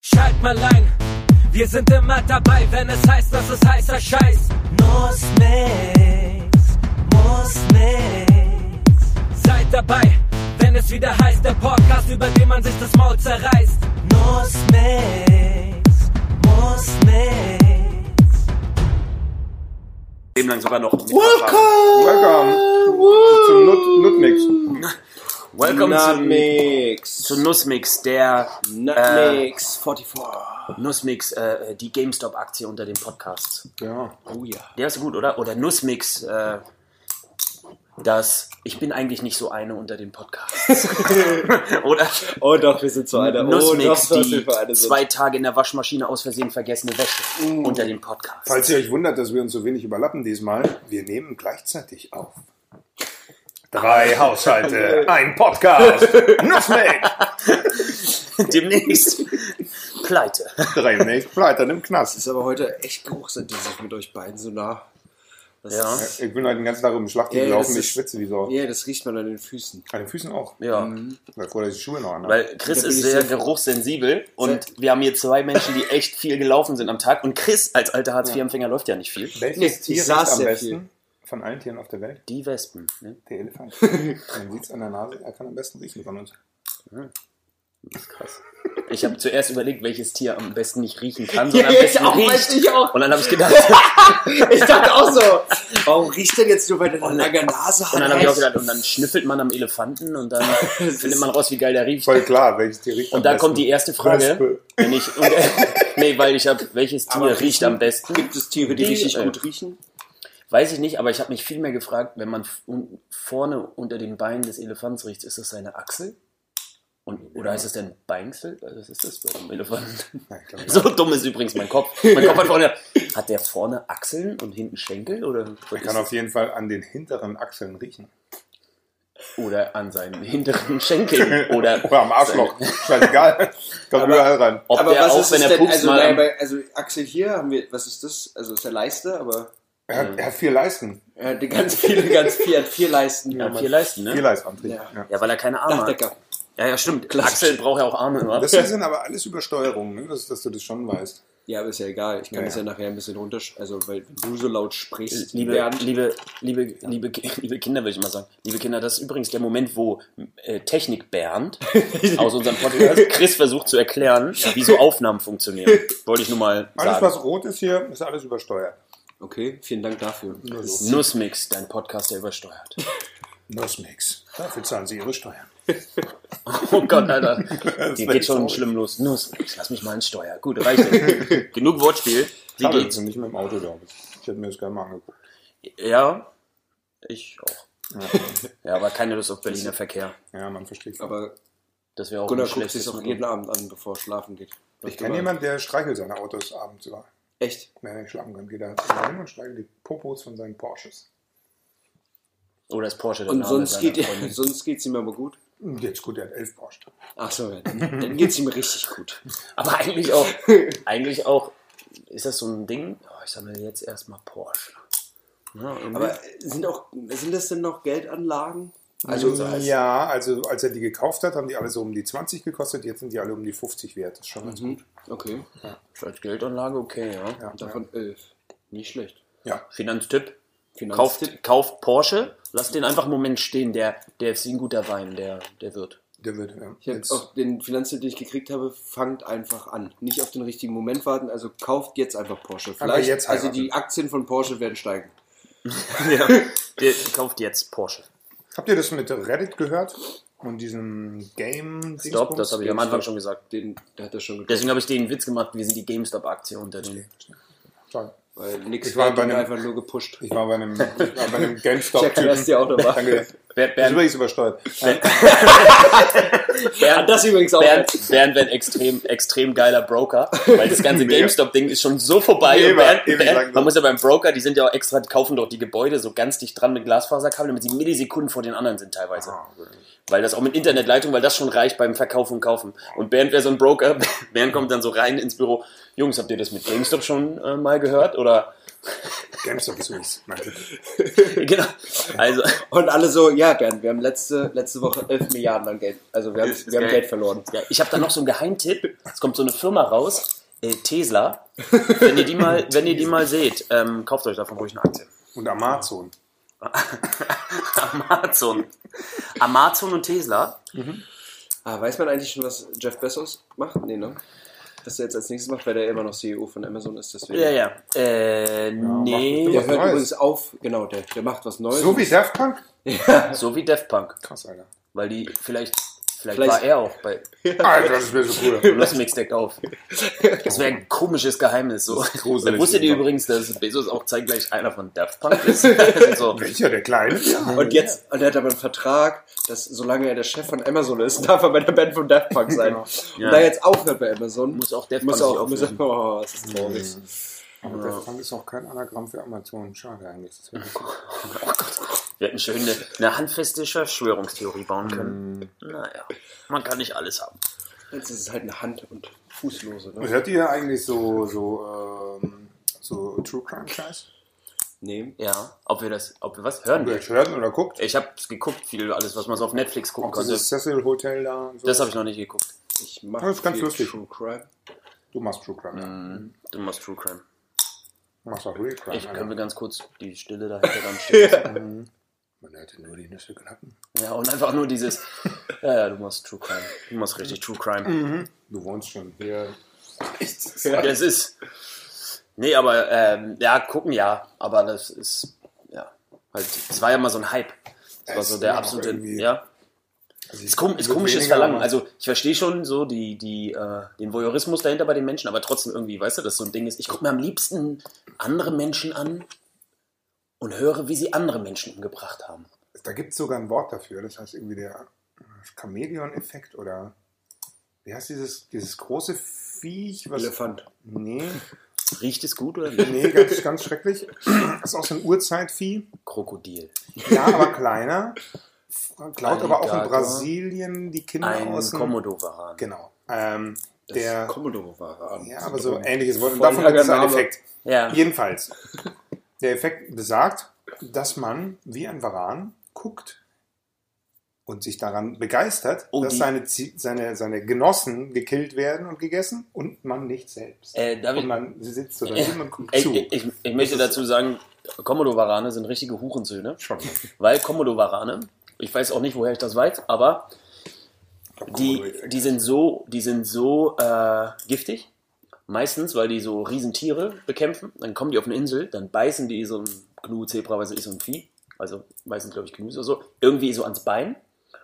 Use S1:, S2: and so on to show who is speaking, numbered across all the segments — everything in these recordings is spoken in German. S1: Schalt mal ein, wir sind immer dabei, wenn es heißt, dass es heißer Scheiß.
S2: Muss nix, muss nix,
S1: Seid dabei, wenn es wieder heißt, der Podcast, über den man sich das Maul zerreißt.
S2: muss nix, muss nix.
S3: Leben lang sogar noch.
S4: Welcome
S5: Ah,
S4: zum Nut Nutmix.
S3: Welcome zu,
S5: Nutmix.
S3: zu Nussmix, der
S5: Äh.
S3: äh,
S5: Nutmix 44.
S3: Nussmix, äh, die GameStop-Aktie unter dem Podcast.
S4: Ja.
S5: Oh ja.
S3: Der ist gut, oder? Oder Nussmix, äh, das, ich bin eigentlich nicht so eine unter dem Podcast. oder?
S5: Oh doch, wir sind so eine. Oh
S3: Nussmix,
S5: doch, was
S3: die
S5: wir für eine sind. Mm.
S3: zwei Tage in der Waschmaschine aus Versehen vergessene Wäsche unter dem Podcast.
S4: Falls ihr euch wundert, dass wir uns so wenig überlappen diesmal, wir nehmen gleichzeitig auf. Drei Haushalte, ein Podcast, Nussmix.
S3: Demnächst pleite.
S4: Drei Mix, pleite im Knast.
S5: Ist aber heute echt geruchsintensiv mit euch beiden so nah. Das
S3: Ja.
S5: Ist,
S4: Ich bin halt den ganzen Tag im Schlacht
S5: Ja,
S4: gelaufen,
S5: das
S4: ich
S5: ist-
S4: schwitze wie Sau.
S5: ja, das riecht man an den Füßen.
S4: An den Füßen auch.
S3: Ja.
S5: Mm.
S4: Davor, dass ich die Schuhe noch an habe.
S3: Weil Chris
S5: Da bin
S3: ist
S5: ich
S3: sehr
S5: sehr-
S3: geruchssensibel und wir haben hier zwei Menschen, die echt viel gelaufen sind am Tag. Und Chris als alter Hartz-IV-Empfänger läuft ja nicht viel.
S4: Welches
S5: Nee, ich
S4: Tier ist
S5: saß
S4: am
S5: sehr
S4: besten
S5: viel.
S4: von allen Tieren auf der Welt?
S3: Die Wespen. Ne?
S4: Der Elefant. Man sieht es an der Nase, er kann am besten riechen von uns.
S3: Krass. Ich habe zuerst überlegt, welches Tier am besten nicht riechen kann,
S5: Ja,
S3: sondern am
S5: ich
S3: besten
S5: auch,
S3: riecht.
S5: weiß ich auch.
S3: Und dann habe ich gedacht,
S5: Ich dachte auch so. Warum riecht denn jetzt nur, weil er eine lange Nase hat?
S3: und dann habe ich auch gedacht, und dann schnüffelt man am Elefanten und dann findet man raus, wie geil der riecht.
S4: Voll klar, welches Tier riecht am
S3: Und da
S4: besten.
S3: kommt die erste Frage,
S4: Wespe.
S3: wenn ich, und, nee, weil ich habe, welches Tier riecht am besten?
S5: Gibt es Tiere, die richtig
S3: äh,
S5: gut riechen?
S3: Weiß ich nicht, aber ich habe mich viel mehr gefragt, wenn man f- un- vorne unter den Beinen des Elefants riecht, ist das seine Achsel? Und, oder heißt es denn Beinsel? Also Was ist das bei einem Elefanten?
S4: Ja, ich glaub,
S3: So dumm ist übrigens mein Kopf. Mein Kopf hat vorne. Hat der vorne Achseln und hinten Schenkel? Oder,
S4: Man kann auf jeden Fall an den hinteren Achseln riechen.
S3: oder an seinen hinteren Schenkeln? Oder,
S4: Oder am Arschloch. Scheißegal. Kommt überall ran.
S3: Ob der auch, wenn
S5: es
S3: er pupst,
S5: also,
S3: mal.
S5: naja,
S3: am-
S5: bei, also Axel hier haben wir, was ist das? Also ist der Leiste, aber
S4: Er hat, er hat vier Leisten.
S5: er hat ganz viele, ganz viel, er hat vier Leisten.
S3: Ja, vier Leisten,
S4: Vier
S3: ne?
S4: Leistantrieb.
S5: Ja.
S4: Ja.
S3: Ja, weil er keine Arme hat.
S5: Dachdecker.
S3: Ja, ja, stimmt.
S5: Klassisch.
S3: Axel braucht ja auch Arme immer.
S4: Das hier sind aber alles Übersteuerungen, ne? dass, dass du das schon weißt.
S5: Ja, aber ist ja egal. Ich kann
S4: Ja,
S5: das ja
S4: ja.
S5: nachher ein bisschen runter. Also, weil wenn du so laut sprichst,
S3: Liebe,
S5: Bernd,
S3: liebe, liebe, liebe, liebe Kinder, würde ich mal sagen. Liebe Kinder, das ist übrigens der Moment, wo äh, Technik Bernd aus unserem Podcast Chris versucht zu erklären, wie so Aufnahmen funktionieren. Wollte ich nur mal
S4: Alles,
S3: sagen.
S4: was rot ist hier, ist alles übersteuert.
S5: Okay, vielen Dank dafür.
S3: Nussmix, dein Podcast, der übersteuert.
S4: Nussmix. Dafür zahlen sie ihre Steuern.
S3: Oh Gott, Alter. Hier
S4: wär
S3: geht schon
S4: traurig.
S3: schlimm los. Nussmix, lass mich mal ins Steuer. Gut, reicht jetzt. Genug Wortspiel. Wie
S4: Schade, dass
S3: geht's?
S4: wir nicht mit dem Auto, glaube ich. Ich hätte mir das gerne mal angeguckt.
S3: Ja, ich auch. Ja, aber keine Lust auf Berliner Verkehr.
S4: Ja, man versteht.
S5: Aber
S3: Das wäre auch
S5: Gunnar
S3: ein
S5: guckt sich
S3: schlechtes
S5: das auch
S3: Motto.
S5: jeden Abend an, bevor er schlafen geht.
S4: ich kenne jemanden, der streichelt seine Autos abends über.
S5: Echt?
S4: Wenn er nicht schlafen kann, geht er halt hin und streichelt die Popos von seinen Porsches.
S3: Oder ist Porsche der
S5: Und
S3: Name
S5: sonst,
S3: seiner
S5: geht,
S3: Freundin.
S5: sonst geht's ihm aber gut.
S4: Und Jetzt gut, der hat elf Porsche.
S5: Achso, ja, dann, dann geht's ihm richtig gut.
S3: Aber eigentlich auch, eigentlich auch, ist das so ein Ding? Oh, ich sammle jetzt erstmal Porsche. Ja,
S5: Aber
S3: Mhm.
S5: sind, auch, sind das denn noch Geldanlagen?
S4: Also ja, also als er die gekauft hat, haben die alle so um die 20 gekostet. Jetzt sind die alle um die 50 wert. Das ist schon ganz
S5: Mhm.
S4: gut.
S5: Okay,
S3: als Geldanlage, okay, ja.
S4: Ja,
S5: davon elf. Nicht schlecht.
S4: ja.
S3: Finanztipp.
S5: Finanztipp.
S3: Kauft, kauft Porsche, lasst den einfach einen Moment stehen, der, der ist wie ein guter Wein, der, der wird.
S4: der wird. Ja.
S5: Ich habe
S4: Jetzt-
S5: auch den Finanztipp, den ich gekriegt habe, fangt einfach an. Nicht auf den richtigen Moment warten, also kauft jetzt einfach Porsche. Vielleicht,
S4: Aber jetzt
S5: also
S4: heiraten.
S5: die Aktien von Porsche werden steigen.
S3: Ja. Der kauft jetzt Porsche.
S4: Habt ihr das mit Reddit gehört? Und diesem Game?
S3: Stop, das habe ich am Anfang schon gesagt.
S5: Den der hat er schon gekauft.
S3: Deswegen habe ich den Witz gemacht, wir sind die GameStop-Aktie unter den.
S4: Sorry.
S5: Weil nix
S4: Ich war
S5: hat ihn
S4: bei einem-
S5: einfach nur gepusht.
S4: Ich war bei einem, ich war bei einem
S5: Check, lass
S4: GameStop-Typen.
S5: dir auch noch machen.
S4: Danke.
S3: Bernd,
S4: Das ist
S3: Bernd,
S4: übrigens übersteuert.
S3: Bernd,
S5: Hat das übrigens auch.
S3: Bernd, Bernd wäre ein extrem, extrem geiler Broker, weil das ganze
S4: Mega.
S3: GameStop-Ding ist schon so vorbei.
S4: Ewig,
S3: und Bernd,
S4: ewig
S3: Bernd,
S4: langsam.
S3: man muss ja beim Broker, die sind ja auch extra, die kaufen doch die Gebäude so ganz dicht dran mit Glasfaserkabel, damit sie Millisekunden vor den anderen sind teilweise.
S5: Ah,
S3: Weil das auch mit Internetleitung, weil das schon reicht beim Verkaufen und Kaufen. Und Bernd wäre so ein Broker, Bernd kommt dann so rein ins Büro. Jungs, habt ihr das mit GameStop schon äh, mal gehört? Oder
S4: GameStop ist übrigens. Nein.
S3: genau. Also,
S5: Und alle so, ja Bernd, wir haben letzte, letzte Woche 11 Milliarden an Geld, also wir haben,
S3: Ist
S5: wir haben
S3: geil.
S5: Geld verloren.
S3: ja, ich habe da noch so einen Geheimtipp. Es kommt so eine Firma raus, äh, Tesla. Wenn ihr die mal, wenn ihr die mal seht, ähm, kauft euch davon ruhig eine Aktie.
S4: Und Amazon.
S3: Amazon. Amazon und Tesla.
S5: Ah, weiß man eigentlich schon, was Jeff Bezos macht? Nee, ne? Was er jetzt als nächstes macht, weil der immer noch CEO von Amazon ist, deswegen.
S3: Ja, ja. Äh,
S5: Der
S3: nee,
S4: Was
S5: hört
S4: Neues.
S5: übrigens auf, genau, der, der macht was Neues.
S4: So wie Daft Punk?
S3: so wie Def Punk.
S4: Krass, Alter.
S3: Weil die, vielleicht, vielleicht,
S5: Vielleicht-
S3: war er auch bei
S4: Alter, das ist mir so cool.
S3: Lost Mix Deck auf. Das wäre ein komisches Geheimnis. So.
S4: ist gruselig.
S3: Wusstet ihr übrigens, dass Bezos auch zeitgleich einer von Daft Punk ist? Also so.
S4: Welcher, der Kleine? Ja.
S5: Und jetzt, und er hat aber einen Vertrag, dass solange er der Chef von Amazon ist, darf er bei der Band von Daft Punk sein.
S3: Genau. Ja.
S5: Und da er jetzt aufhört bei Amazon,
S3: Muss auch Daft
S5: muss
S3: Punk
S5: auch,
S3: sich auflösen.
S5: muss auch, oh, das ist traurig.
S4: Aber Daft Punk ist auch kein Anagramm für Amazon. Schade eigentlich. Das wäre cool.
S3: Wir hätten schön eine, eine handfeste Verschwörungstheorie bauen können. Naja, man kann nicht alles haben.
S5: Jetzt ist es halt eine Hand- und Fußlose,
S4: Und
S5: ne?
S4: Hört ihr eigentlich so, so, ähm, so True Crime Scheiß?
S5: Nee.
S3: Ja, ob wir das, ob wir was hören.
S4: Oder
S3: Wir.
S4: ihr hört oder guckt?
S3: Ich habe geguckt, viel alles, was man so auf Netflix gucken
S4: Auch
S3: konnte.
S4: dieses Cecil Hotel da und so.
S3: Oh Das habe ich noch nicht geguckt.
S5: Ich mach
S4: Das ist ganz
S5: viel
S4: lustig.
S5: True Crime.
S4: Du machst True Crime,
S3: Mhm.
S4: ja.
S3: Du machst True Crime.
S4: Du machst auch Real Crime.
S3: Ich,
S4: Alter.
S3: können wir ganz kurz die Stille dahinter dann stehen.
S4: Man hört ja nur die Nüsse knacken.
S3: ja, und einfach nur dieses, ja, ja, du machst True Crime. Du machst richtig True Crime.
S4: Mhm. Du wohnst schon hier.
S3: Das ist. Nee, aber ähm, ja, gucken ja. Aber das ist. Ja. Halt, es war ja mal so ein Hype. Das war
S4: Es
S3: so
S4: ist
S3: der
S4: auch
S3: absolute.
S4: irgendwie-
S3: Ja.
S4: Also
S3: Ist, kom ist
S4: wird
S3: komisches
S4: weniger,
S3: Verlangen.
S4: aber-
S3: Also ich verstehe schon so die, die, äh, den Voyeurismus dahinter bei den Menschen, aber trotzdem irgendwie, weißt du, dass so ein Ding ist. Ich gucke mir am liebsten andere Menschen an und höre, wie sie andere Menschen umgebracht haben.
S4: Da gibt es sogar ein Wort dafür, das heißt irgendwie der Chamäleon-Effekt oder wie heißt dieses, dieses große Viech? Was,
S5: Elefant.
S4: Nee,
S3: Riecht es gut oder nicht?
S4: nee, ganz, ganz schrecklich. Ist auch so ein Urzeitvieh.
S3: Krokodil.
S4: Ja, aber kleiner. Klaut aber auch in
S3: Alligator.
S4: Brasilien die Kinder
S3: Ein
S4: Genau, aus. dem-
S3: Komodowaran.
S4: Genau. Ähm,
S5: Das der
S4: der,
S5: Commodore war
S4: ja, aber so ähnliches Wort. Und
S5: Voll
S4: davon gibt es einen
S5: Name.
S4: Effekt.
S3: Ja.
S4: Jedenfalls, der Effekt besagt, dass man wie ein Varan guckt und sich daran begeistert,
S3: Oh,
S4: dass
S3: die-
S4: seine, Zi- seine, seine Genossen gekillt werden und gegessen und man nicht selbst.
S3: Äh, darf ich-
S4: und man sitzt oder
S3: Äh,
S4: hin und guckt
S3: Ich,
S4: zu.
S3: ich, ich, ich möchte dazu sagen, Komodowarane sind richtige Hurensöhne,
S4: Schon.
S3: weil Komodowarane, ich weiß auch nicht, woher ich das weiß, aber die, die sind so, die sind so äh, giftig, meistens, weil die so Riesentiere bekämpfen, dann kommen die auf eine Insel, dann beißen die so ein Gnu-Zebra, weiß ich, so ein Vieh, also meistens, glaube ich, Gnus oder so, irgendwie so ans Bein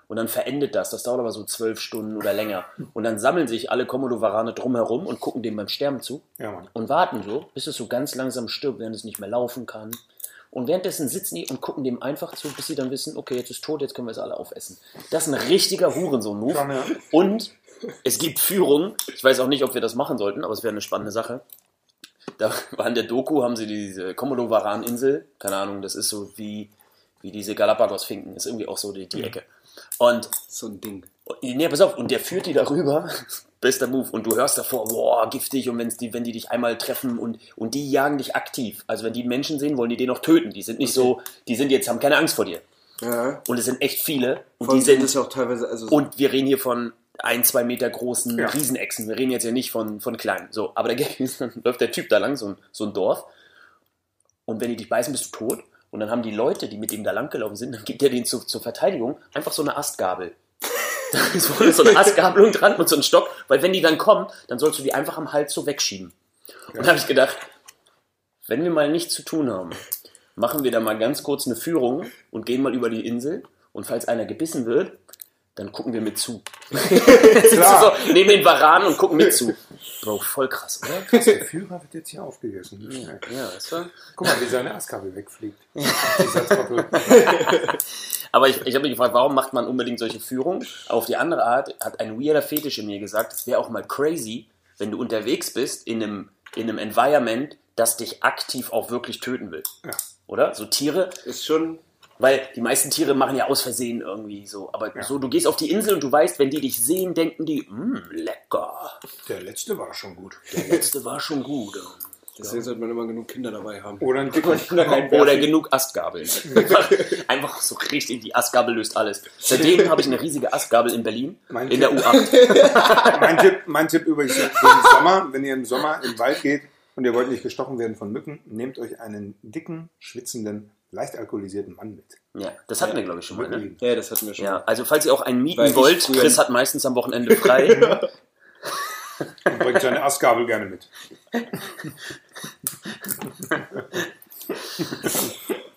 S3: und dann verendet das, das dauert aber so zwölf Stunden oder länger und dann sammeln sich alle Komodowarane drumherum und gucken dem beim Sterben zu
S4: Ja, Mann.
S3: und warten so, bis es so ganz langsam stirbt, während es nicht mehr laufen kann. Und währenddessen sitzen die und gucken dem einfach zu, bis sie dann wissen, okay, jetzt ist tot, jetzt können wir es alle aufessen. Das ist ein richtiger
S4: Schon, ja.
S3: Hurensohn-Move. Und es gibt Führung. Ich weiß auch nicht, ob wir das machen sollten, aber es wäre eine spannende Sache. Da war in der Doku, haben sie diese Komodowaran-Insel. Keine Ahnung, das ist so wie, wie diese Galapagos-Finken. Ist irgendwie auch so die,
S4: Mhm.
S3: die Ecke. Und
S5: So ein Ding.
S3: Nee, pass auf, und der führt die darüber. Bester Move. Und du hörst davor, boah, giftig. Und wenn's die, wenn die dich einmal treffen und, und die jagen dich aktiv. Also wenn die Menschen sehen, wollen die den noch töten. Die sind nicht so, die sind jetzt, haben keine Angst vor dir.
S5: Ja.
S3: Und es sind echt viele. Und
S5: Vor
S3: die
S5: allem sind
S3: sind,
S5: das ja auch teilweise, also
S3: und wir reden hier von ein, zwei Meter großen
S4: Ja.
S3: Riesenechsen. Wir reden jetzt ja nicht von, von kleinen. So, aber der Gag ist, dann läuft der Typ da lang, so ein, so ein Dorf. Und wenn die dich beißen, bist du tot. Und dann haben die Leute, die mit ihm da langgelaufen sind, dann gibt er denen zu, zur Verteidigung einfach so eine Astgabel. Da ist vorne so eine Astgabelung dran und so ein Stock, weil wenn die dann kommen, dann sollst du die einfach am Hals so wegschieben. Und da habe ich gedacht, wenn wir mal nichts zu tun haben, machen wir da mal ganz kurz eine Führung und gehen mal über die Insel. Und falls einer gebissen wird, dann gucken wir mit zu.
S4: Klar,
S3: So, nehmen den Varan und gucken mit zu. Ah. Bro, voll krass, oder?
S4: der Führer wird jetzt hier aufgegessen. Nicht schnell.
S3: Ja, das war.
S4: Guck mal, wie seine Askabel wegfliegt. Dieser Trottel.
S3: Aber ich, ich habe mich gefragt, warum macht man unbedingt solche Führungen? Auf die andere Art hat ein weirder Fetisch in mir gesagt, es wäre auch mal crazy, wenn du unterwegs bist in einem, in einem Environment, das dich aktiv auch wirklich töten will.
S4: Ja.
S3: Oder? So Tiere,
S5: ist schon
S3: weil die meisten Tiere machen ja aus Versehen irgendwie so. Aber so, du gehst auf die Insel und du weißt, wenn die dich sehen, denken die, mh, lecker.
S4: Der letzte war schon gut.
S3: Der letzte war schon gut.
S5: Deswegen sollte man immer genug Kinder dabei haben.
S4: Oder einen dicken
S3: Oder genug Astgabeln. Einfach, einfach so richtig, die Astgabel löst alles. Seitdem habe ich eine riesige Astgabel in Berlin,
S4: Mein
S3: in der U8.
S4: mein, Tipp, mein Tipp übrigens für den Sommer, wenn ihr im Sommer im Wald geht und ihr wollt nicht gestochen werden von Mücken, nehmt euch einen dicken, schwitzenden, leicht alkoholisierten Mann mit.
S3: Ja, das hatten wir, glaube ich, schon mal. Ne?
S4: Wirklich.
S5: Ja, das hatten wir schon.
S3: Ja, also falls ihr auch einen mieten
S5: Weil ich
S3: wollt,
S5: früher-
S3: Chris hat meistens am Wochenende frei.
S4: Und bringt seine Astgabel gerne mit.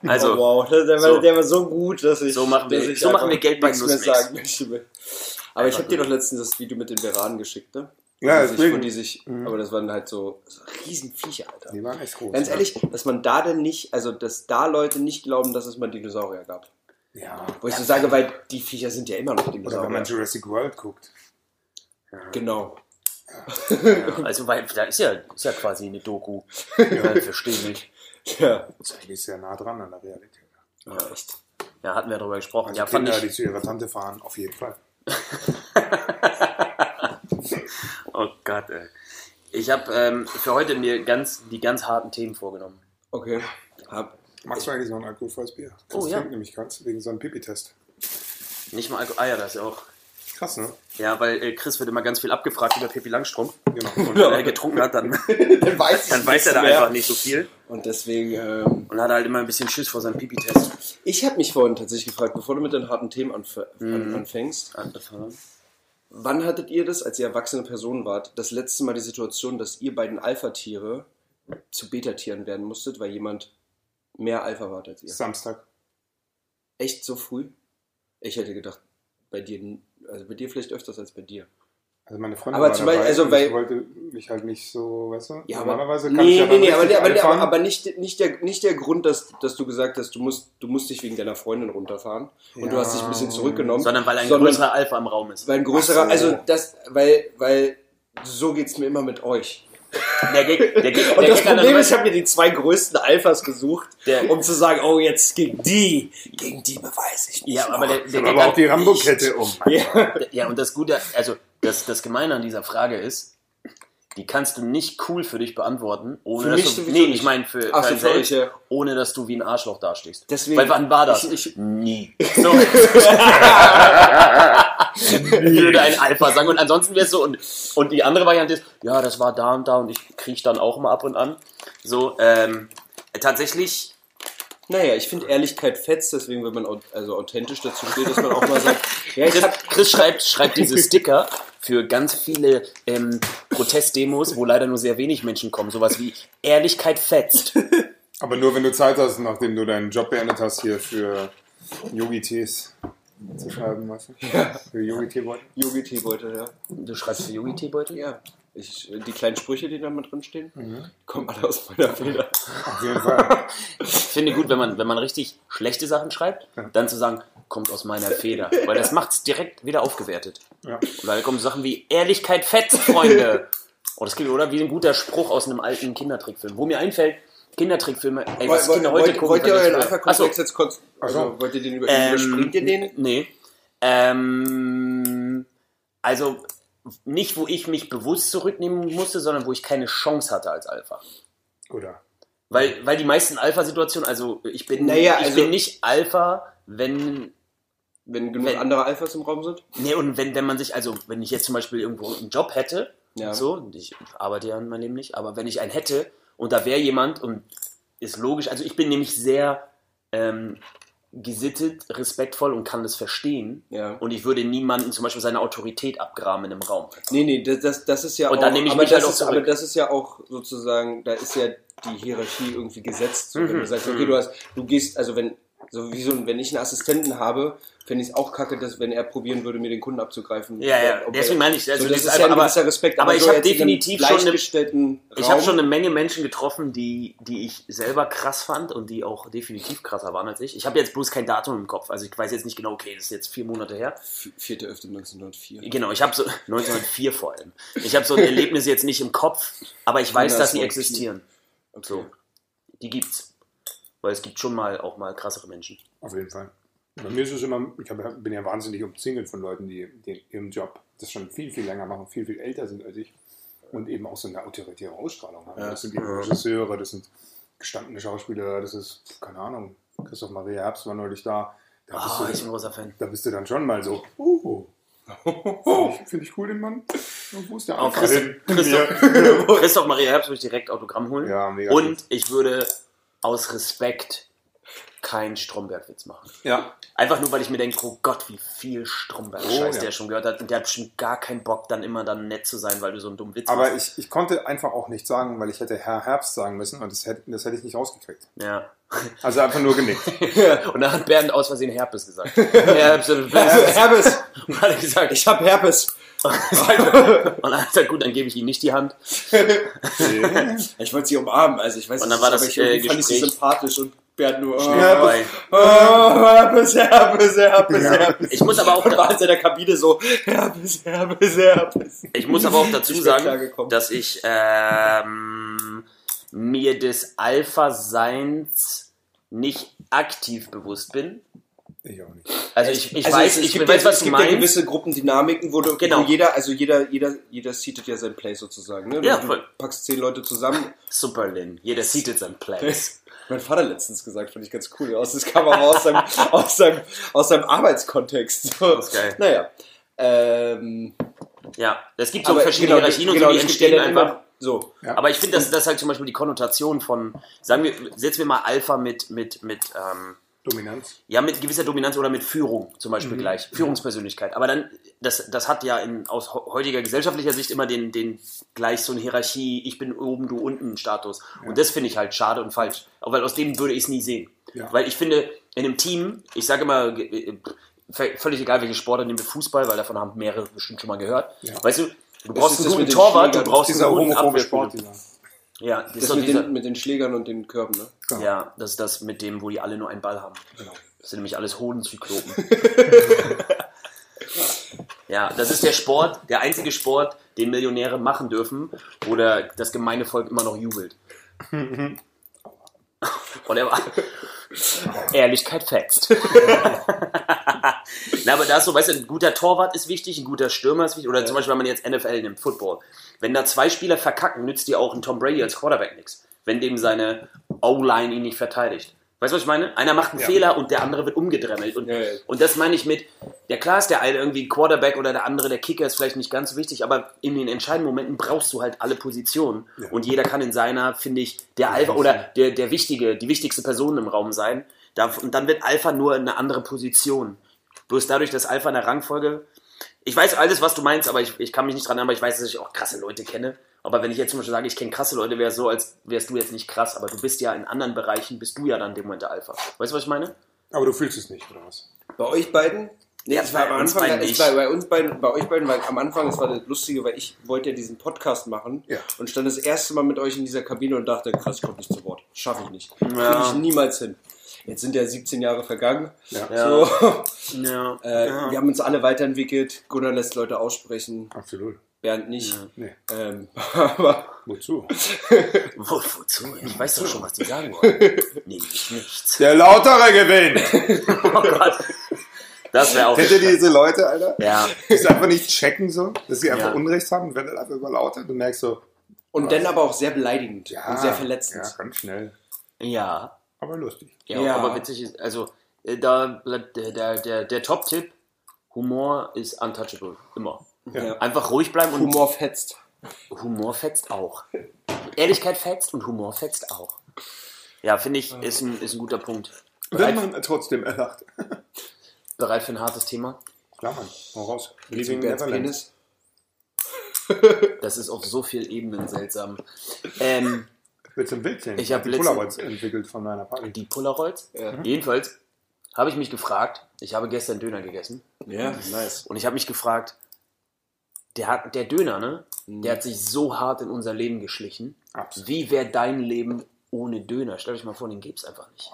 S5: Also,
S3: Also,
S5: Oh, wow, der war,
S3: so.
S5: der war so gut, dass ich.
S3: So machen wir-
S5: dass ich
S3: so
S5: einfach
S3: machen wir Geld bei
S5: nichts
S3: Nussmix.
S5: mehr sagen möchte. Aber ich
S3: Einfach
S5: habe dir
S3: gut.
S5: doch letztens das Video mit den Beranen geschickt, ne?
S4: Ja,
S5: die sich, wo
S4: deswegen.
S5: die sich, Aber das waren halt so, so Riesenviecher, Alter.
S4: Die waren echt groß.
S5: Ganz
S4: ne?
S5: ehrlich, dass man da denn nicht, also dass da Leute nicht glauben, dass es mal Dinosaurier gab.
S4: Ja.
S5: Wo ich so sage, weil die Viecher sind ja immer noch
S4: Oder wenn man
S5: Dinosaurier.
S4: Jurassic World guckt.
S5: Genau.
S3: also weil, da ist ja, ist ja quasi eine Doku. Ja, ich verstehe nicht.
S5: Ja.
S4: Das ist ja nah dran an der Realität.
S5: ja echt.
S3: Ja, hatten wir darüber gesprochen.
S4: Also
S3: ja, fand
S4: Kinder,
S3: ich,
S4: die zu ihrer Tante fahren, auf jeden Fall.
S3: Oh Gott, ey. Ich habe ähm, für heute mir ganz, die ganz harten Themen vorgenommen.
S5: Okay. Hab.
S4: Magst du eigentlich noch ein alkoholfreies Bier? Das
S3: Oh, ja.
S4: trinkt nämlich ganz wegen so einem Pipi-Test.
S3: Nicht mal Alkohol. Ah ja, das ist ja auch.
S4: Krass, ne?
S3: Ja, weil äh, Chris wird immer ganz viel abgefragt über Pippi Langstrumpf.
S4: Genau.
S3: Und wenn er getrunken hat, dann,
S5: Dann weiß
S3: dann weiß er da einfach nicht so viel.
S5: Und deswegen, ähm,
S3: Und hat halt immer ein bisschen Schiss vor seinem Pipi-Test.
S5: ich habe mich vorhin tatsächlich gefragt, bevor du mit den harten Themen anf
S3: Mhm.
S5: an anfängst, wann hattet ihr das, als ihr erwachsene Personen wart, das letzte Mal die Situation, dass ihr beiden Alpha-Tiere zu Beta-Tieren werden musstet, weil jemand mehr Alpha wart als ihr?
S4: Samstag.
S5: Echt so früh? Ich hätte gedacht, bei dir, n- also bei dir vielleicht öfters als bei dir.
S4: Also meine Freundin
S5: Aber
S4: war
S5: zum Beispiel- also
S4: und
S5: weil-
S4: ich wollte mich halt nicht so, weißt du,
S5: Ja, aber,
S4: normalerweise kann ich
S5: nee,
S4: ja
S5: nee,
S4: dann
S5: nee, aber,
S4: richtig
S5: der, aber, der,
S4: einfahren.
S5: aber, aber nicht, nicht, der, nicht der Grund, dass, dass du gesagt hast, du musst, du musst dich wegen deiner Freundin runterfahren und du
S4: Ja.
S5: hast dich ein bisschen zurückgenommen.
S3: Sondern weil ein
S5: sondern
S3: größerer Alpha im Raum ist.
S5: Weil ein größerer,
S4: Ach so.
S5: also das, weil, weil so geht's mir immer mit euch.
S3: Der Gag, der Gag,
S5: Und
S3: der
S5: das
S3: Gag an der
S5: Problem
S3: Nummer-
S5: ist, ich habe mir die zwei größten Alphas gesucht,
S3: Der-
S5: um zu sagen, oh, jetzt gegen die, gegen die beweise ich mich.
S3: ja, aber der, der
S4: aber,
S3: Gag
S4: auch die
S3: an-
S4: Rambo-Kette um.
S5: Ja.
S3: Ja, und das Gute, also das, das Gemeine an dieser Frage ist, die kannst du nicht cool für dich beantworten, ohne
S5: Für
S3: dass
S5: mich
S3: du,
S5: sowieso
S3: nee,
S5: nicht.
S3: ich meine für,
S5: Ach so,
S3: dein
S5: für
S3: Selbst,
S5: euch, ja.
S3: ohne dass du wie ein Arschloch dastehst.
S5: Deswegen-
S3: Weil wann war das?
S5: Ich- ich-
S3: Nie. So. Würde ein Alpha sagen. Und ansonsten wäre es so, und, und die andere Variante ist, ja, das war da und da und ich kriech dann auch immer ab und an. So, ähm, tatsächlich,
S5: Naja, ich finde Ehrlichkeit fetzt, deswegen, wenn man au- also authentisch dazu steht, dass man auch mal sagt, ja, ich
S3: Chris,
S5: hab,
S3: Chris schreibt, schreibt diese Sticker für ganz viele ähm, Protestdemos, wo leider nur sehr wenig Menschen kommen. Sowas wie Ehrlichkeit fetzt.
S4: Aber nur wenn du Zeit hast, nachdem du deinen Job beendet hast, hier für Yogi-Tees zu schreiben, weißt du? Für Yogi-Tee-Beutel.
S5: Yogi-Teebeutel, ja.
S3: Du schreibst für Yogi-Teebeutel?
S5: Ja. Ich, die kleinen Sprüche, die da mal drin stehen, kommen alle aus meiner Feder.
S4: Auf jeden Fall.
S3: Ich finde gut, wenn man, wenn man richtig schlechte Sachen schreibt, dann zu sagen, kommt aus meiner Feder. Weil das macht's direkt wieder aufgewertet.
S4: Ja.
S3: Und dann kommen Sachen wie Ehrlichkeit fetzt, Freunde. Und das klingt, oder? Wie ein guter Spruch aus einem alten Kindertrickfilm. Wo mir einfällt, Kindertrickfilme, ey, was
S5: Woll-
S3: Kinder
S5: wollt-
S3: heute gucken.
S5: Wollt ihr
S3: kann ich früher-
S5: euren
S3: Ach so.
S5: Alpha-Komplex jetzt kurz, also
S4: Also,
S5: wollt ihr den über,
S3: Ähm,
S5: überspringt ihr den?
S3: Nee. Ähm, also nicht, wo ich mich bewusst zurücknehmen musste, sondern wo ich keine Chance hatte als Alpha.
S4: Oder?
S3: Weil, weil die meisten Alpha-Situationen, also ich bin,
S5: Naja,
S3: ich
S5: also-
S3: bin nicht Alpha, wenn,
S5: Wenn genug
S3: wenn-
S5: andere Alphas im Raum sind?
S3: nee, und wenn, wenn man sich, also wenn ich jetzt zum Beispiel irgendwo einen Job hätte,
S5: Ja.
S3: so, ich arbeite ja in meinem Leben nicht, aber wenn ich einen hätte und da wäre jemand und ist logisch, also ich bin nämlich sehr ähm, gesittet, respektvoll und kann das verstehen.
S5: Ja.
S3: Und ich würde niemanden zum Beispiel seine Autorität abgraben in einem Raum.
S5: Nee, nee, das, das, das ist ja
S3: Und
S5: auch,
S3: dann nehme ich
S5: aber,
S3: mich
S5: das
S3: halt auch
S5: ist, aber
S3: zurück.
S5: das ist ja auch sozusagen, da ist ja die Hierarchie irgendwie gesetzt. So, wenn
S3: Mhm,
S5: du sagst, okay, du hast, du gehst, also wenn, so wie so, ein- wenn ich einen Assistenten habe, fände ich es auch kacke, dass wenn er probieren würde, mir den Kunden abzugreifen.
S3: Ja, ja,
S5: Ob er-
S3: deswegen meine ich, also
S5: so,
S3: das ist
S5: das, ist ja ein
S3: einfach-
S5: gewisser Respekt.
S3: aber ich
S5: so
S3: habe
S5: jetzt in einem
S3: definitiv schon eine-
S5: gleichgestellten
S3: Ich habe
S5: Raum-
S3: schon eine Menge Menschen getroffen, die, die ich selber krass fand und die auch definitiv krasser waren als ich. Ich habe jetzt bloß kein Datum im Kopf. Also ich weiß jetzt nicht genau, okay, das ist jetzt vier Monate her.
S5: 4.11.1904.
S3: Genau, ich habe so 1904 vor allem. Ich habe so ein Erlebnis jetzt nicht im Kopf, aber ich weiß, dass sie existieren.
S5: Okay.
S3: So, die gibt's. Weil es gibt schon mal auch mal krassere Menschen.
S4: Auf jeden Fall. Bei mir ist es immer, ich hab, bin ja wahnsinnig umzingelt von Leuten, die, die ihren Job das schon viel, viel länger machen, viel, viel älter sind als ich. und eben auch so eine autoritäre Ausstrahlung haben. Das sind eben Regisseure, das sind gestandene Schauspieler, das ist, pf, keine Ahnung, Christoph Maria Herbst war neulich da. Da bist,
S3: Oh,
S4: du,
S3: ich bin ein großer Fan.
S4: da bist du dann schon mal so, oh, oh finde ich cool den Mann. Und Wo ist der
S3: Auf Oh,
S4: Anker
S3: Christoph,
S4: hin?
S3: Christoph, Christoph Maria Herbst würde ich direkt Autogramm holen.
S4: Ja, mega
S3: Und
S4: gut.
S3: ich würde aus Respekt keinen Stromberg-Witz machen.
S4: Ja,
S3: Einfach nur, weil ich mir denke, oh Gott, wie viel Stromberg-Scheiß
S4: Oh, ja.
S3: der schon gehört hat. Und der hat bestimmt gar keinen Bock, dann immer dann nett zu sein, weil du so einen dummen Witz
S4: aber
S3: machst.
S4: ich, ich konnte einfach auch nicht sagen, weil ich hätte Herr Herbst sagen müssen und das hätte, das hätte ich nicht rausgekriegt.
S3: Ja.
S4: Also einfach nur genickt.
S3: Und dann hat Bernd aus Versehen Herpes gesagt. Herpes, Herpes.
S5: Herpes!
S3: Und hat er gesagt, ich
S5: Ich hab Herpes!
S3: Und dann hat er gesagt, gut, dann gebe ich ihm nicht die Hand.
S5: Ich wollte sie umarmen, also ich weiß
S3: Und dann war das,
S5: aber ich irgendwie
S3: äh,
S5: fand ich sie
S3: Gespräch-
S5: sympathisch und Bernd nur. Oh,
S3: Vorbei.
S5: oh, Herpes, Herpes, Herpes, Herpes.
S3: Ich muss aber auch-
S5: Und war in seiner Kabine so, Herpes, Herpes, Herpes.
S3: Ich muss aber auch dazu
S5: Ich bin
S3: sagen,
S5: klargekommen.
S3: dass ich ähm, mir des Alpha-Seins nicht aktiv bewusst bin.
S4: Ich auch nicht.
S3: Also ich, ich
S5: Also
S3: weiß,
S5: es, es
S3: ich
S5: gibt
S3: weiß,
S5: ja,
S3: was
S5: es
S3: du
S5: gibt ja
S3: meinst.
S5: gewisse Gruppendynamiken, wo, du,
S3: Genau.
S5: wo jeder, also jeder, jeder, jeder seatet ja sein Play sozusagen. Ne?
S3: Ja,
S5: du
S3: voll.
S5: packst zehn Leute zusammen.
S3: Super, Lin. Jeder sieht jetzt sein Platz.
S5: Mein Vater letztens gesagt, fand ich ganz cool. Aus, das kam aber aus seinem, aus seinem, aus seinem Arbeitskontext.
S3: Das ist geil.
S5: Naja. Ähm,
S3: Ja, es gibt so
S5: aber
S3: verschiedene
S5: genau,
S3: Hierarchien und
S5: genau,
S3: so, die
S5: es gibt ja
S3: entstehen
S5: dann
S3: einfach.
S5: immer- So.
S4: Ja.
S3: Aber ich finde, dass das halt zum Beispiel die Konnotation von, sagen wir, setzen wir mal Alpha mit, mit, mit, ähm,
S4: Dominanz.
S3: ja, mit gewisser Dominanz oder mit Führung zum Beispiel
S5: Mhm.
S3: gleich, Führungspersönlichkeit. Aber dann, das, das hat ja in, aus heu- heutiger gesellschaftlicher Sicht immer den, den gleich so eine Hierarchie, ich bin oben, du unten Status. Und das finde ich halt schade und falsch, weil aus dem würde ich es nie sehen.
S4: Ja.
S3: Weil ich finde, in einem Team, ich sage immer, ge- äh, v- völlig egal welche Sportart, nehmen wir Fußball, weil davon haben mehrere bestimmt schon mal gehört.
S4: Ja.
S3: Weißt du, du brauchst einen
S5: ist das
S3: guten
S5: mit den
S3: Torwart, du
S5: Schlägern?
S3: brauchst
S4: Dieser
S3: einen guten
S4: homophobe
S3: Abwehrspieler.
S4: Sport. Dieser.
S3: Ja, das,
S5: Das
S3: ist doch
S5: mit,
S3: dieser,
S5: den, mit den Schlägern und den Körben, ne?
S3: ja, das ist das mit dem, wo die alle nur einen Ball haben. Das sind nämlich alles Hodenzyklopen. ja, das ist der Sport, der einzige Sport, den Millionäre machen dürfen, wo der, das gemeine Volk immer noch jubelt. Und er war. Ehrlichkeit fetzt. Na, aber da ist so, weißt du, ein guter Torwart ist wichtig, ein guter Stürmer ist wichtig. Oder zum Beispiel, wenn man jetzt NFL nimmt, Football. Wenn da zwei Spieler verkacken, nützt dir auch ein Tom Brady als Quarterback nichts, wenn dem seine O-Line ihn nicht verteidigt. Weißt du, was ich meine? Einer macht einen Fehler und der andere wird umgedremmelt. Und,
S5: Ja, ja.
S3: und das meine ich mit, ja klar ist der eine irgendwie ein Quarterback oder der andere, der Kicker ist vielleicht nicht ganz so wichtig, aber in den entscheidenden Momenten brauchst du halt alle Positionen. Und jeder kann in seiner, finde ich, der Alpha oder der, der wichtige, die wichtigste Person im Raum sein. Da, und dann wird Alpha nur eine andere Position. Bloß dadurch, dass Alpha in der Rangfolge. Ich weiß alles, was du meinst, aber ich, ich kann mich nicht dran erinnern, aber ich weiß, dass ich auch krasse Leute kenne. Aber wenn ich jetzt zum Beispiel sage, ich kenne krasse Leute, wäre es so, als wärst du jetzt nicht krass, aber du bist ja in anderen Bereichen, bist du ja dann in dem Moment der Alpha. Weißt du, was ich meine?
S4: Aber du fühlst es nicht, oder was?
S5: Bei euch beiden? Nee,
S3: Ja,
S5: es war
S3: bei
S5: am
S3: uns
S5: Anfang,
S3: beiden
S5: es
S3: nicht.
S5: war bei uns beiden, bei euch beiden, weil am Anfang, es war das Lustige, weil ich wollte ja diesen Podcast machen
S4: Ja.
S5: und stand das erste Mal mit euch in dieser Kabine und dachte, krass, ich komme nicht zu Wort. Schaffe ich nicht.
S3: Ja.
S5: Kriege ich niemals hin. Jetzt sind ja 17 Jahre vergangen.
S4: Ja.
S5: So,
S3: Ja.
S5: äh, Wir haben uns alle weiterentwickelt. Gunnar lässt Leute aussprechen,
S4: Absolut.
S5: Bernd nicht.
S4: Nee.
S5: Ähm, aber
S4: Wozu?
S3: Wo, wozu? Ich weiß doch schon, was die sagen wollen. Nämlich nichts.
S4: Der Lautere gewinnt!
S3: Oh Gott. Das wäre auch.
S4: Kennt ihr diese Leute, Alter?
S3: Ja.
S4: Die es einfach nicht checken so, dass sie einfach
S3: Ja.
S4: Unrecht haben und werden dann einfach über Lauter. Du merkst so,
S5: und dann aber auch sehr beleidigend
S4: ja,
S5: und sehr verletzend.
S4: Ja, ganz schnell.
S3: Ja.
S4: Aber lustig.
S3: Ja,
S5: Ja.
S3: aber witzig ist, also äh, da bleibt der, der, der, der Top-Tipp, Humor ist untouchable, immer.
S5: Ja.
S3: Einfach ruhig bleiben und
S5: Humor fetzt.
S3: Humor fetzt auch. Ehrlichkeit fetzt und Humor fetzt auch. Ja, finde ich, ist ein, ist ein guter Punkt.
S4: Wenn man trotzdem erlacht.
S3: Bereit für ein hartes Thema?
S4: Klar, Mann. Hau raus.
S5: Zu
S4: Leaving
S5: Bernds
S4: Neverland.
S5: Penis.
S3: Das ist auf so vielen Ebenen seltsam. Ähm,
S4: Wird zum Bildchen.
S3: Ich hab
S4: die
S3: letztens-
S4: Polaroids entwickelt von meiner Party.
S3: die Polaroids.
S5: Ja.
S3: Jedenfalls habe ich mich gefragt, ich habe gestern Döner gegessen
S5: Ja, nice.
S3: und ich habe mich gefragt, der, hat, der Döner, ne? Der hat sich so hart in unser Leben geschlichen.
S4: Mhm. Absolut.
S3: Wie wäre dein Leben ohne Döner? Stell euch mal vor, den gibt's einfach nicht.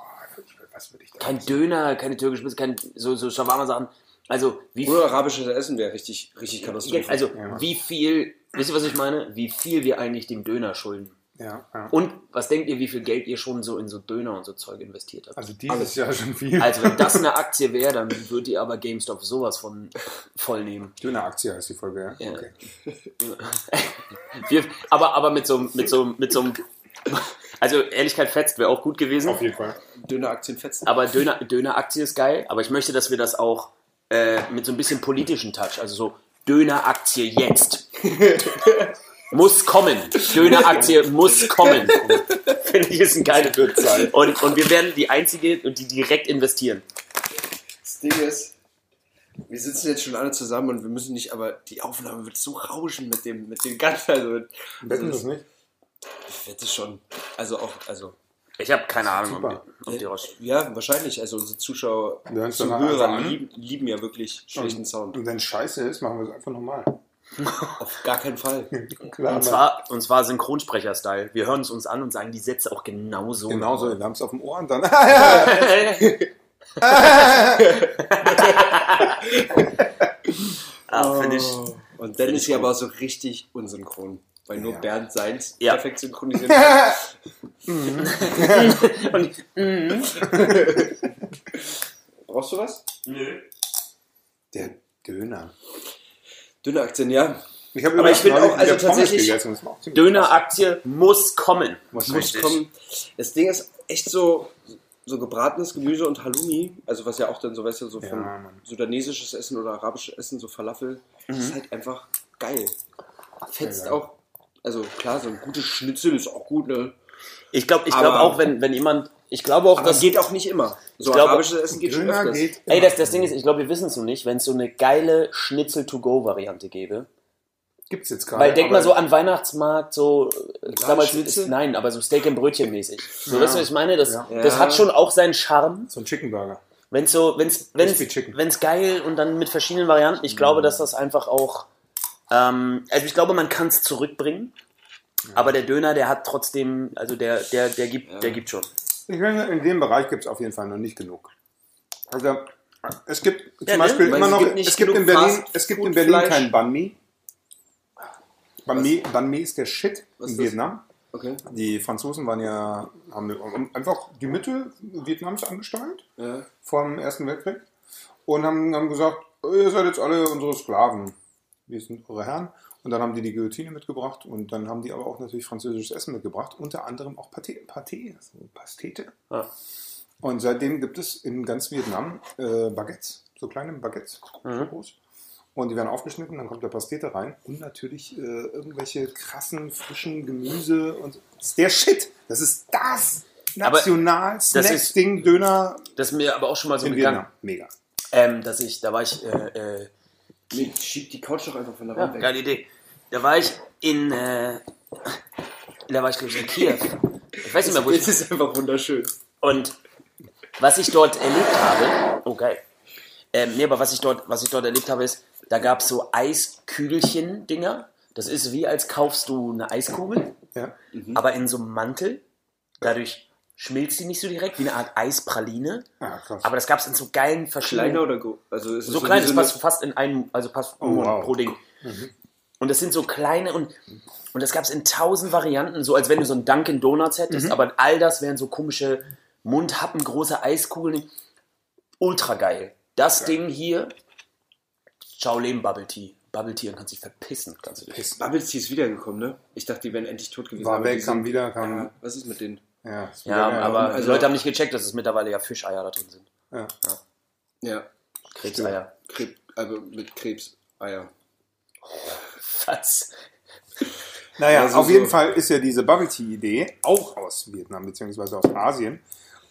S4: Was würde ich da?
S3: Kein Döner, keine türkische Pizza, kein so, so Shawarma-Sachen. Also, wie
S5: Nur arabisches Essen wäre richtig, richtig
S3: Jetzt,
S5: katastrophal.
S3: also, wie viel, wisst ihr, was ich meine? Wie viel wir eigentlich dem Döner schulden.
S4: Ja, ja.
S3: Und was denkt ihr, wie viel Geld ihr schon so in so Döner und so Zeug investiert habt?
S4: Also dieses Jahr schon viel.
S3: Also wenn das eine Aktie wäre, dann würdet ihr aber GameStop sowas von voll nehmen.
S4: Dünne Aktie heißt die Folge, ja.
S3: Ja.
S4: Okay.
S3: Wir, aber, aber mit so einem, mit so einem, mit so einem, also Ehrlichkeit fetzt wäre auch gut gewesen.
S4: Auf jeden Fall.
S5: Dünne Aktien fetzen.
S3: Aber Döner, Döneraktie ist geil, aber ich möchte, dass wir das auch äh, mit so ein bisschen politischen Touch, also so Döneraktie jetzt. muss kommen. Döneraktie muss kommen. Finde ich ist ein geiles
S4: Wird sein.
S3: und, und wir werden die einzige, und die direkt investieren.
S5: Das Ding ist, wir sitzen jetzt schon alle zusammen und wir müssen nicht, aber die Aufnahme wird so rauschen mit dem, mit dem Ganzen. Also,
S4: Wetten das nicht?
S5: ich wette schon. Also auch, also.
S3: Ich habe keine Ahnung, ob
S4: Super.
S3: die, ob die raus.
S5: Ja, wahrscheinlich. Also unsere Zuschauer,
S4: Wir hören's doch mal
S5: Zuhörer
S4: einfach an.
S5: lieben, lieben ja wirklich schlechten Sound.
S4: Und wenn es scheiße ist, machen wir es einfach nochmal.
S5: Auf gar keinen Fall.
S4: Klar,
S3: Und zwar, und zwar Synchronsprecher-Style. Wir hören es uns an und sagen die Sätze auch genauso.
S4: genauso, wir haben es auf dem Ohr und dann.
S3: Ah, finde ich.
S5: Oh. Und dann ist sie aber so richtig unsynchron. Weil nur
S4: Ja.
S5: Bernd seins
S3: Ja.
S5: perfekt synchronisiert hat.
S3: Und
S5: Brauchst du was?
S4: Der Döner.
S5: Dünne Aktien, ja.
S4: Ich habe
S5: Aber ich bin auch- also tatsächlich-
S4: gegessen. Das war auch ziemlich krass.
S3: Döneraktie muss kommen.
S4: Muss
S5: Muss kommen. Das Ding ist echt so, so gebratenes Gemüse und Halloumi, also was ja auch dann so, weißt du, so
S4: Ja,
S5: von
S4: Mann.
S5: sudanesisches Essen oder arabisches Essen, so Falafel, das ist halt einfach geil. Fetzt
S4: geil.
S5: auch. Also klar, so ein gutes Schnitzel ist auch gut, ne?
S3: Ich glaube ich glaub
S5: Aber-
S3: auch, wenn, wenn jemand. Ich glaube auch,
S5: Aber
S3: dass.
S5: das geht auch nicht immer. So
S3: glaube-
S5: arabisches Essen geht schon
S4: Döner
S5: öfters.
S4: geht.
S3: Ey, das, das Ding ist, ich glaube, wir wissen es noch nicht, wenn es so eine geile Schnitzel-to-go-Variante gäbe.
S4: Gibt es jetzt gerade.
S3: Weil denk mal
S4: aber-
S3: so an Weihnachtsmarkt, so äh, damals,
S5: Schnitzel?
S3: nein, aber so Steak and Brötchen mäßig. So, weißt du, was ich meine? Das,
S4: Ja.
S3: das
S5: Ja.
S3: hat schon auch seinen Charme.
S4: So ein Chicken Burger.
S3: Wenn's so, wenn's, wenn's,
S4: wie Chicken.
S3: wenn's geil und dann mit verschiedenen Varianten. Ich glaube, dass das einfach auch, ähm, also ich glaube, man kann es zurückbringen. Aber der Döner, der hat trotzdem, also der, der, der gibt, der gibt schon.
S4: Ich meine, in dem Bereich gibt es auf jeden Fall noch nicht genug. Also, es gibt zum
S3: Ja, ne?
S4: Beispiel
S5: Weil
S4: immer
S5: es
S4: noch,
S5: gibt nicht
S4: es gibt in
S5: genug
S4: Berlin,
S5: Fast
S4: es gibt
S5: Food
S4: in Berlin
S5: Fleisch.
S4: kein Banh Mi. Banh Mi, Banh Mi ist der Shit
S5: Was
S4: in
S5: ist das?
S4: Vietnam.
S5: Okay.
S4: Die Franzosen waren ja, haben einfach die Mitte Vietnams angesteuert
S5: Ja.
S4: vor dem Ersten Weltkrieg und haben, haben gesagt, ihr seid jetzt alle unsere Sklaven. Wir sind eure Herren. Und dann haben die die Guillotine mitgebracht und dann haben die aber auch natürlich französisches Essen mitgebracht, unter anderem auch Paté, Paté also Pastete.
S3: Ah.
S4: Und seitdem gibt es in ganz Vietnam äh, Baguettes, so kleine Baguettes,
S3: Mhm.
S4: so groß. Und die werden aufgeschnitten, dann kommt der Pastete rein und natürlich äh, irgendwelche krassen, frischen Gemüse und das ist der Shit. Das ist das
S3: Aber
S4: national
S3: ist-
S4: Snack-Ding, Döner
S3: Das ist mir aber auch schon mal so
S4: in
S3: gegangen,
S4: Vietnam. Mega.
S3: ähm, dass ich, da war ich, äh, äh,
S5: Nee, schieb die Couch doch einfach von der
S3: Ja,
S5: Wand weg.
S3: geile Idee. Da war ich in, äh, da war ich glaube ich in Kiew. Ich weiß nicht mehr, wo
S5: Das
S3: ich.
S5: ist einfach wunderschön.
S3: Und was ich dort erlebt habe, oh geil. Ähm, nee, aber was ich dort, was ich dort erlebt habe, ist, da gab es so Eiskügelchen-Dinger. Das ist wie als kaufst du eine Eiskugel,
S4: Ja.
S3: aber in so einem Mantel. Dadurch schmilzt die nicht so direkt, wie eine Art Eispraline.
S4: Ah, krass.
S3: Aber das gab es in so geilen verschiedenen
S5: Kleiner oder groß? Also es ist
S3: so klein,
S5: wie
S3: das
S5: eine-
S3: passt fast in einen, also passt
S4: wow.
S3: pro Ding. Und das sind so kleine und, und das gab es in tausend Varianten, so als wenn du so einen Dunkin' Donuts hättest, aber all das wären so komische Mundhappen, große Eiskugeln. Ultra geil. Das Ding hier, ciao Leben Bubble Tea. Bubble Tea, dann kannst du dich verpissen. Kannst du dich.
S5: Bubble Tea ist wiedergekommen, ne? Ich dachte, die wären endlich tot gewesen.
S4: war
S5: aber die
S4: weg,
S5: sind-
S4: kam wieder, kam.
S5: Ja, was ist mit denen?
S4: Ja, ist
S3: Ja,
S4: wieder-
S3: aber die
S5: also-
S3: Leute haben nicht gecheckt, dass es mittlerweile ja Fischeier da drin sind.
S4: Ja.
S5: Ja,
S3: Krebseier.
S5: Krebs, also mit Krebs. Ah ja.
S3: Was?
S4: Naja,
S5: Also
S4: auf
S5: so-
S4: jeden Fall ist ja diese Bubble Tea Idee auch aus Vietnam bzw. aus Asien.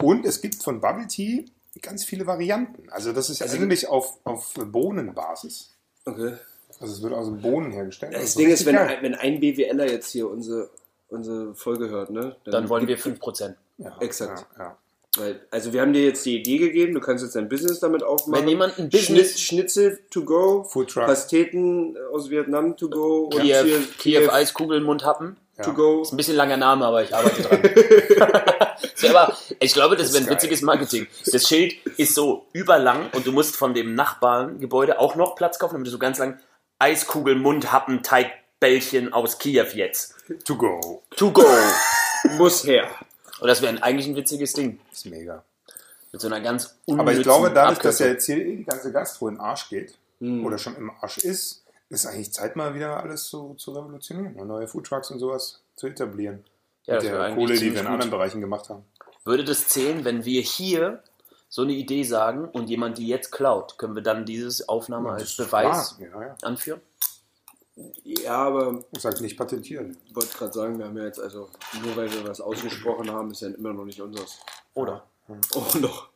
S4: Und es gibt von Bubble Tea ganz viele Varianten. Also das ist eigentlich auf, auf Bohnenbasis.
S5: Okay.
S4: Also es wird aus Bohnen hergestellt.
S5: Das,
S4: Also
S5: Ding ist,
S4: richtig
S5: wenn,
S4: geil.
S5: ein- wenn ein BWLer jetzt hier unsere, unsere Folge hört, ne?
S3: Dann wollen wir 5%.
S4: ja,
S5: exakt.
S4: Ja, ja.
S5: Weil, also wir haben dir jetzt die Idee gegeben, du kannst jetzt dein Business damit aufmachen.
S3: Wenn jemand ein Business-
S5: Schnitt- Schnitzel to go,
S4: Food Truck.
S5: Pasteten aus Vietnam to go, und
S3: Kiew,
S5: hier
S3: Kiew Eiskugeln, Mundhappen.
S5: to go.
S3: Ist ein bisschen langer Name, aber ich arbeite dran. so, aber ich glaube, das wäre ein
S4: geil.
S3: witziges Marketing. Das Schild ist so überlang und du musst von dem Nachbarngebäude auch noch Platz kaufen, damit du so ganz lang Eiskugel, Mundhappen, Teig, Bällchen aus Kiew jetzt.
S4: To go.
S3: To go.
S5: Muss her.
S3: Und das wäre eigentlich ein witziges Ding.
S4: Das ist mega.
S3: Mit so einer ganz
S4: Aber ich
S3: unnützen
S4: glaube, dadurch, dass
S3: Abkürzung.
S4: ja jetzt hier eh die ganze Gastro in den Arsch geht
S5: Hm.
S4: oder schon im Arsch ist, ist eigentlich Zeit mal wieder alles zu, zu revolutionieren und neue Foodtrucks und sowas zu etablieren.
S3: Ja,
S4: Mit
S3: das wäre
S4: der
S3: eigentlich
S4: Kohle, die
S3: ziemlich
S4: wir in
S3: gut.
S4: anderen Bereichen gemacht haben.
S3: Würde das zählen, wenn wir hier so eine Idee sagen und jemand die jetzt klaut? Können wir dann dieses Aufnahme
S4: Das
S3: als
S4: ist
S3: Beweis
S4: wahr. Ja, ja.
S3: anführen?
S5: Ja, aber
S4: Ich sage nicht patentieren.
S5: ich wollte gerade sagen, wir haben ja jetzt also, nur weil wir was ausgesprochen haben, ist ja immer noch nicht unseres.
S3: Oder?
S5: Oh, noch.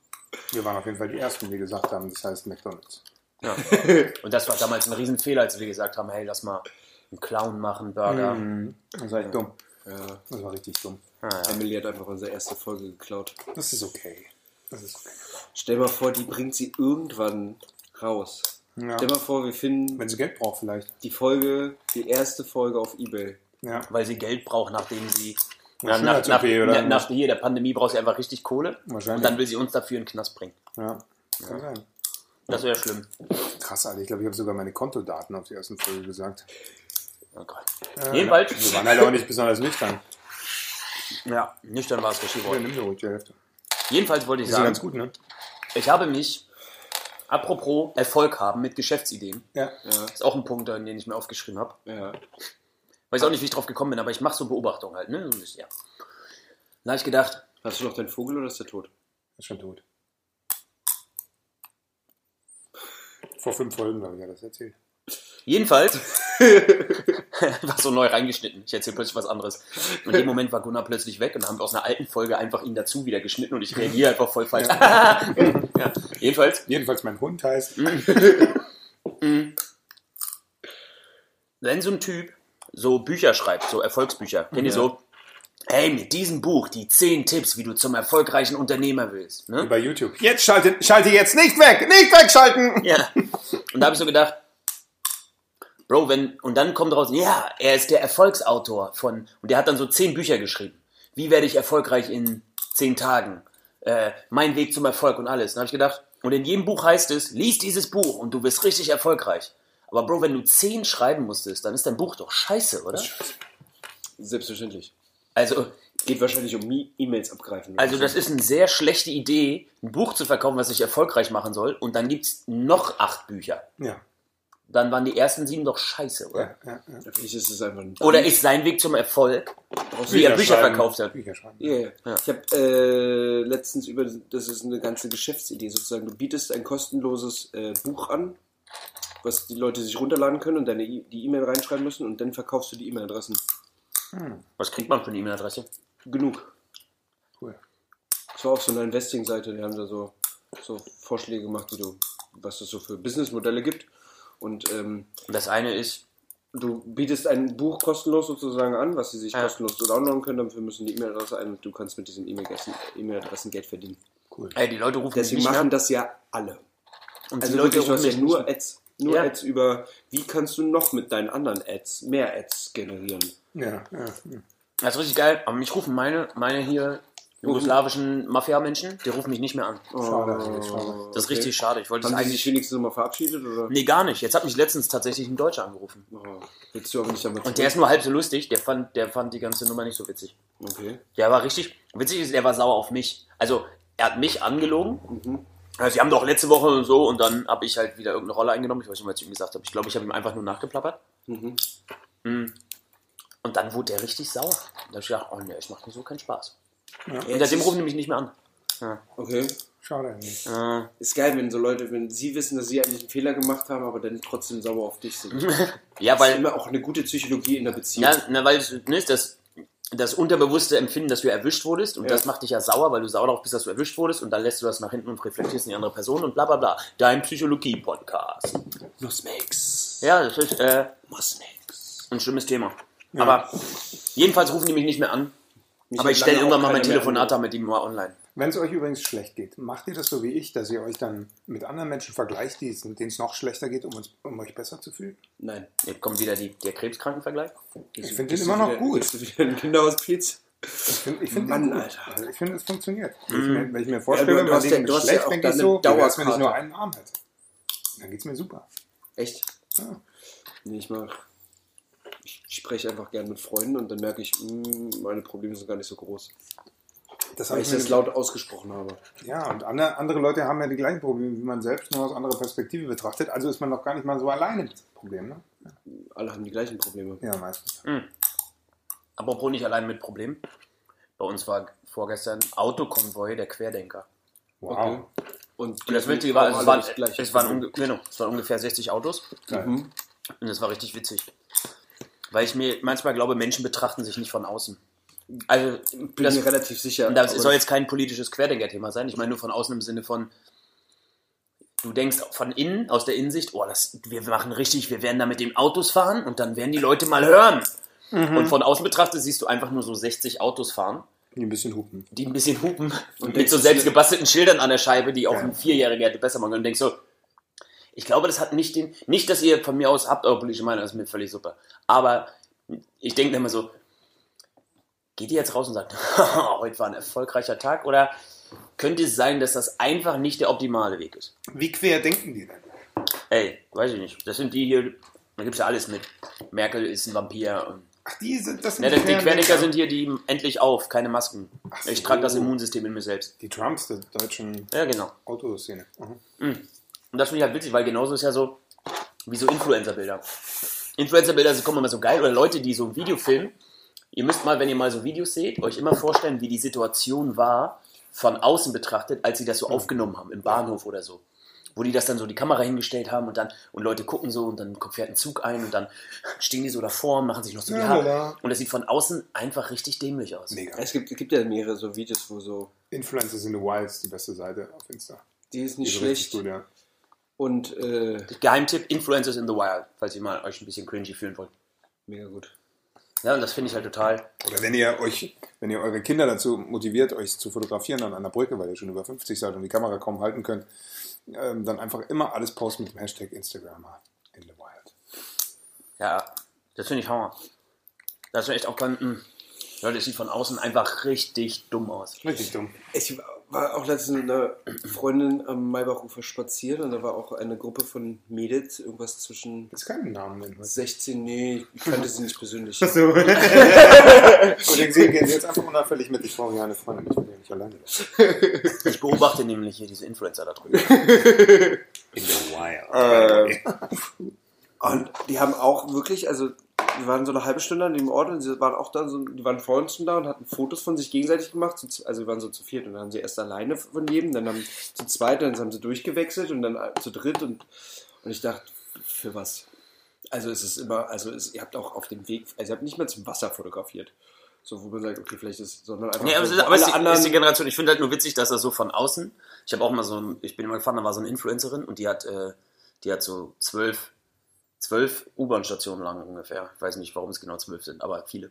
S4: Wir waren auf jeden Fall die Ersten, die gesagt haben, das heißt McDonalds.
S3: Ja. Und das war damals ein Riesenfehler, als wir gesagt haben, hey, lass mal einen Clown machen, Burger.
S4: Mhm. Das war echt dumm.
S5: Ja,
S4: Das war richtig dumm.
S3: Ah, ja.
S5: Emily hat einfach unsere erste Folge geklaut.
S4: Das ist okay. Das ist okay.
S5: Stell mal vor, die bringt sie irgendwann raus.
S4: Ja.
S5: Stell mal vor, wir finden
S4: Wenn sie Geld braucht, vielleicht.
S5: die Folge, die erste Folge auf Ebay.
S4: Ja.
S3: Weil sie Geld braucht, nachdem sie.
S4: Eine
S3: Na, nach, nach,
S4: Schönheits-OP oder
S3: na, nach hier, der Pandemie braucht sie einfach richtig Kohle.
S4: Wahrscheinlich.
S3: Und dann will sie uns dafür in den Knast bringen.
S4: ja. Kann sein.
S3: Das wäre schlimm.
S4: Krass, Alter. Ich glaube, ich habe sogar meine Kontodaten auf die ersten Folge gesagt.
S3: Oh Gott.
S4: Äh,
S3: Jedenfalls.
S4: Wir waren halt auch nicht besonders nüchtern.
S3: Ja, nüchtern war es richtig.
S4: Ja, nimm dir ruhig die Hälfte.
S3: Jedenfalls wollte ich
S4: Die sind
S3: sagen,
S4: ganz gut, ne?
S3: ich habe mich, apropos Erfolg haben mit Geschäftsideen,
S4: Ja.
S5: Ja,
S3: ist auch ein Punkt, an den ich mir aufgeschrieben habe.
S5: ja.
S3: Weiß auch nicht, wie ich drauf gekommen bin, aber ich mache so Beobachtungen halt, ne? So ein bisschen, Ja. Da habe ich gedacht,
S5: Hast du noch deinen Vogel oder ist der tot?
S4: Ist schon tot. Vor fünf Folgen, glaube ich, hat er das erzählt.
S3: jedenfalls war so neu reingeschnitten. Ich erzähle plötzlich was anderes. Und in dem Moment war Gunnar plötzlich weg und dann haben wir aus einer alten Folge einfach ihn dazu wieder geschnitten und ich reagiere einfach voll falsch. ja. Jedenfalls
S4: Jedenfalls mein Hund heißt.
S5: Mhm.
S3: wenn so ein Typ so Bücher schreibt, so Erfolgsbücher, kennt ihr so, hey, mit diesem Buch die 10 Tipps, wie du zum erfolgreichen Unternehmer willst.
S4: Wie
S3: Ne?
S4: also bei YouTube. Jetzt schalte, schalte jetzt nicht weg! Nicht wegschalten!
S3: Ja. Und da habe ich so gedacht, Bro, wenn, und dann kommt raus, ja, er ist der Erfolgsautor von, und der hat dann so 10 Bücher geschrieben. Wie werde ich erfolgreich in 10 Tagen? Äh, mein Weg zum Erfolg und alles. Dann habe ich gedacht, und in jedem Buch heißt es, lies dieses Buch und du wirst richtig erfolgreich. Aber Bro, wenn du 10 schreiben musstest, dann ist dein Buch doch scheiße, oder?
S5: Selbstverständlich.
S3: Also,
S5: Geht wahrscheinlich um Mi- E-Mails abgreifen.
S3: Also das ist eine sehr schlechte Idee, ein Buch zu verkaufen, was sich erfolgreich machen soll. Und dann gibt es noch acht Bücher.
S4: Ja.
S3: Dann waren die ersten sieben doch scheiße, oder?
S4: ja, ja, ja.
S5: Vielleicht ist es einfach ein
S3: Oder ist sein Weg zum Erfolg, wie er Bücher
S4: schreiben.
S3: verkauft hat?
S4: Bücher schreiben.
S5: Ja, ja.
S3: Ja.
S5: Ich habe äh, letztens über, das ist eine ganze Geschäftsidee sozusagen. Du bietest ein kostenloses äh, Buch an, was die Leute sich runterladen können und deine e die E-Mail reinschreiben müssen und dann verkaufst du die E-Mail-Adressen.
S3: Was kriegt man für eine E-Mail-Adresse?
S5: Genug.
S4: Cool.
S5: Das war auf so einer Investing-Seite, die haben da so, so Vorschläge gemacht, wie du, was es so für Businessmodelle gibt. Und ähm,
S3: Und das eine ist,
S5: du bietest ein Buch kostenlos sozusagen an, was sie sich
S3: Ja.
S5: kostenlos downloaden können. Dafür müssen die E-Mail-Adresse ein und du kannst mit diesen E-Mail-Adressen E-Mail-Adressen Geld verdienen.
S3: ey, die Leute rufen mich
S5: Deswegen
S3: nicht
S5: machen
S3: an.
S5: das ja alle.
S3: Und
S5: Also
S3: die Leute
S5: wirklich,
S3: rufen
S5: du hast ja
S3: mich
S5: nur
S3: nicht an.
S5: Ads. Nur
S3: Ja.
S5: Ads über, wie kannst du noch mit deinen anderen Ads mehr Ads generieren?
S4: Ja, hm. ja.
S3: Das ist richtig geil. Aber mich rufen meine, meine hier jugoslawischen Mafia-Menschen, die rufen mich nicht mehr an.
S4: Schade, schade.
S3: Das ist richtig schade. Ich wollte
S5: Oh, Haben
S3: das
S5: sie sich
S3: eigentlich...
S5: wenigstens nochmal verabschiedet? Oder?
S3: Nee, gar nicht. Jetzt hat mich letztens tatsächlich ein Deutscher angerufen.
S5: Oh, willst du aber nicht damit
S3: Und der ist nur halb so lustig. Der fand, der fand die ganze Nummer nicht so witzig.
S5: Okay.
S3: Der war richtig. Witzig ist, der war sauer auf mich. Also, er hat mich angelogen. Also, sie haben doch letzte Woche und so und dann habe ich halt wieder irgendeine Rolle eingenommen. Ich weiß nicht, was ich ihm gesagt habe. Ich glaube, ich habe ihm einfach nur nachgeplappert. Mm. Und dann wurde der richtig sauer. Da habe ich gedacht, oh nee, es macht mir so keinen Spaß. Und seitdem rufen die mich nicht mehr an.
S5: Okay.
S4: Schade. eigentlich.
S5: Ist geil, wenn so Leute, wenn sie wissen, dass sie eigentlich einen Fehler gemacht haben, aber dann trotzdem sauer auf dich sind. Das
S3: Ja,
S5: ist
S3: weil,
S5: immer auch eine gute Psychologie in der Beziehung.
S3: ja, na, weil ne, das, das unterbewusste Empfinden, dass du erwischt wurdest und
S5: Ja.
S3: das macht dich ja sauer, weil du sauer darauf bist, dass du erwischt wurdest und dann lässt du das nach hinten und reflektierst in die andere Person und bla bla bla. Dein Psychologie-Podcast.
S5: Plus Max.
S3: Ja, das ist. Äh,
S5: Plus Max.
S3: ein schlimmes Thema. Aber jedenfalls rufen die mich nicht mehr an. aber
S5: hat
S3: ich stelle
S5: lange
S3: irgendwann
S5: auch
S3: mal mein
S5: keiner mehr
S3: Telefonat mit ihm mal online.
S4: Wenn es euch übrigens schlecht geht, macht ihr das so wie ich, dass ihr euch dann mit anderen Menschen vergleicht, die es- denen es noch schlechter geht, um, uns, um euch besser zu fühlen?
S5: Nein.
S3: Jetzt kommt wieder die, der Krebskrankenvergleich.
S4: Ich finde den
S5: Bist
S4: immer
S5: du
S4: noch
S5: wieder-
S4: gut.
S5: Bist du wieder ein Kinderhospiz?
S4: Ich finde ich find
S5: Mann,
S4: den gut.
S5: Alter. Mhm.
S4: Also ich finde, es funktioniert. Wenn, ich mir, wenn ich mir vorstelle,
S5: Ja, du- du
S4: bei
S5: hast ja-
S4: dem
S5: du hast ja
S4: Geschlecht,
S5: auch
S4: denke ich
S5: deine
S4: so, wie wär's, wenn ich nur
S5: Dauerkarte.
S4: einen Arm hätte. Dann geht es mir super.
S5: Echt?
S4: Ja.
S5: Nee, ich mach. ich spreche einfach gerne mit Freunden und dann merke ich, mh, meine Probleme sind gar nicht so groß.
S4: Das
S5: Weil ich das laut ausgesprochen habe.
S4: Ja, und andere, andere Leute haben ja die gleichen Probleme wie man selbst, nur aus anderer Perspektive betrachtet. Also ist man noch gar nicht mal so alleine mit dem Problem, ne?
S5: Alle haben die gleichen Probleme.
S4: Ja, meistens.
S3: Apropos nicht allein mit Problemen. Bei uns war vorgestern Autokonvoi der Querdenker.
S4: Wow.
S5: Und,
S3: Und das Witzige war, es waren, es,
S5: gleich. Hm?
S3: waren unge- genau, es waren ungefähr 60 Autos
S4: Geil.
S5: Mhm.
S3: und das war richtig witzig. Weil ich mir manchmal glaube, Menschen betrachten sich nicht von außen. Also,
S5: bin
S3: das,
S5: mir relativ sicher.
S3: und das
S5: aber
S3: soll jetzt kein politisches Querdenker-Thema sein. Ich meine nur von außen im Sinne von, du denkst von innen, aus der Innensicht, oh, das, wir machen richtig, wir werden da mit den Autos fahren und dann werden die Leute mal hören.
S5: Mhm.
S3: Und von außen betrachtet siehst du einfach nur so 60 Autos fahren
S4: Die ein bisschen hupen.
S3: die ein bisschen hupen und mit
S5: denkst
S3: so
S5: du,
S3: selbst gebastelten Schildern an der Scheibe, die auch
S4: Ja.
S3: ein Vierjähriger hätte besser machen können. Und denkst so, ich glaube, das hat nicht den, nicht, dass ihr von mir aus habt eure politische Meinung, das ist mir völlig super. Aber ich denke immer so, geht ihr jetzt raus und sagt, heute war ein erfolgreicher Tag oder könnte es sein, dass das einfach nicht der optimale Weg ist?
S4: Wie quer denken die denn?
S3: Ey, weiß ich nicht. Das sind die hier, da gibt's ja alles mit. Merkel ist ein Vampir und
S4: Ach, die sind das sind
S3: Ne, die
S4: queren
S3: Querdenker
S4: Denker.
S3: sind hier, die endlich auf, keine Masken.
S4: Ach
S3: Ich
S4: so.
S3: trage das Immunsystem in mir selbst.
S4: Die Trumps der deutschen
S3: Ja, genau.
S4: Autoszene. Mhm.
S3: Und das finde ich halt witzig, weil genauso ist ja so, wie so Influencer-Bilder. Influencer-Bilder sind kommen immer so geil oder Leute, die so ein Video filmen. Ihr müsst mal, wenn ihr mal so Videos seht, euch immer vorstellen, wie die Situation war, von außen betrachtet, als sie das so
S4: Mhm.
S3: aufgenommen haben, im Bahnhof oder so. Wo die das dann so die Kamera hingestellt haben und dann, und Leute gucken so und dann kommt- fährt ein Zug ein und dann stehen die so davor und machen sich noch so die
S4: Ja,
S3: Haare.
S4: ja.
S3: Und das sieht von außen einfach richtig dämlich aus.
S4: Mega.
S5: Es gibt, es gibt ja mehrere so Videos, wo so.
S4: Influencers in the Wild ist die beste Seite auf Insta.
S5: Die ist
S4: Die
S5: nicht
S4: ist richtig
S5: schlecht.
S4: Gut, ja.
S5: Und äh,
S3: Geheimtipp, Influencers in the Wild, falls ihr mal euch ein bisschen cringy fühlen wollt.
S5: mega gut.
S3: Ja, und das finde ich halt total
S4: Oder wenn ihr euch, wenn ihr eure Kinder dazu motiviert, euch zu fotografieren an einer Brücke, weil ihr schon über 50 seid und die Kamera kaum halten könnt, ähm, dann einfach immer alles posten mit dem Hashtag Instagrammer in the Wild.
S3: Ja, das finde ich Hammer. Das ist echt auch ganz. mh. Leute, es sieht von außen einfach richtig dumm aus.
S4: Richtig dumm.
S5: Ich war auch letztens mit einer Freundin am Maybachufer spazieren und da war auch eine Gruppe von Mädels, irgendwas zwischen
S4: Jetzt keinen Namen nennen. heute.
S5: 16, nee, ich kannte sie nicht persönlich.
S4: Und den sehen wir jetzt einfach unauffällig mit. Ich brauche ja eine Freundin, ich bin ja nicht alleine.
S3: Ich beobachte nämlich hier diese Influencer da drüben.
S5: Und die haben auch wirklich, also wir waren so eine halbe Stunde an dem Ort und sie waren auch da, so, die waren vor uns schon da und hatten Fotos von sich gegenseitig gemacht. so zu- Also wir waren so zu viert und dann haben sie erst alleine von jedem, dann haben zu zweit, dann haben sie durchgewechselt und dann äh, zu dritt und, und ich dachte, für was? Also es ist immer, also es, ihr habt auch auf dem Weg, also ihr habt nicht mehr zum Wasser fotografiert. So, wo man sagt, okay, vielleicht ist, sondern einfach
S3: Nee, aber es
S5: so,
S3: ist,
S5: wo
S3: aber es
S5: alle
S3: ist, die,
S5: anderen-
S3: ist die Generation. Ich finde halt nur witzig, dass das so von außen. Ich habe auch mal so ein, ich bin immer gefahren, da war so eine Influencerin und die hat, äh, die hat so zwölf, zwölf U-Bahn-Stationen lang ungefähr. Ich weiß nicht, warum es genau zwölf sind, aber viele.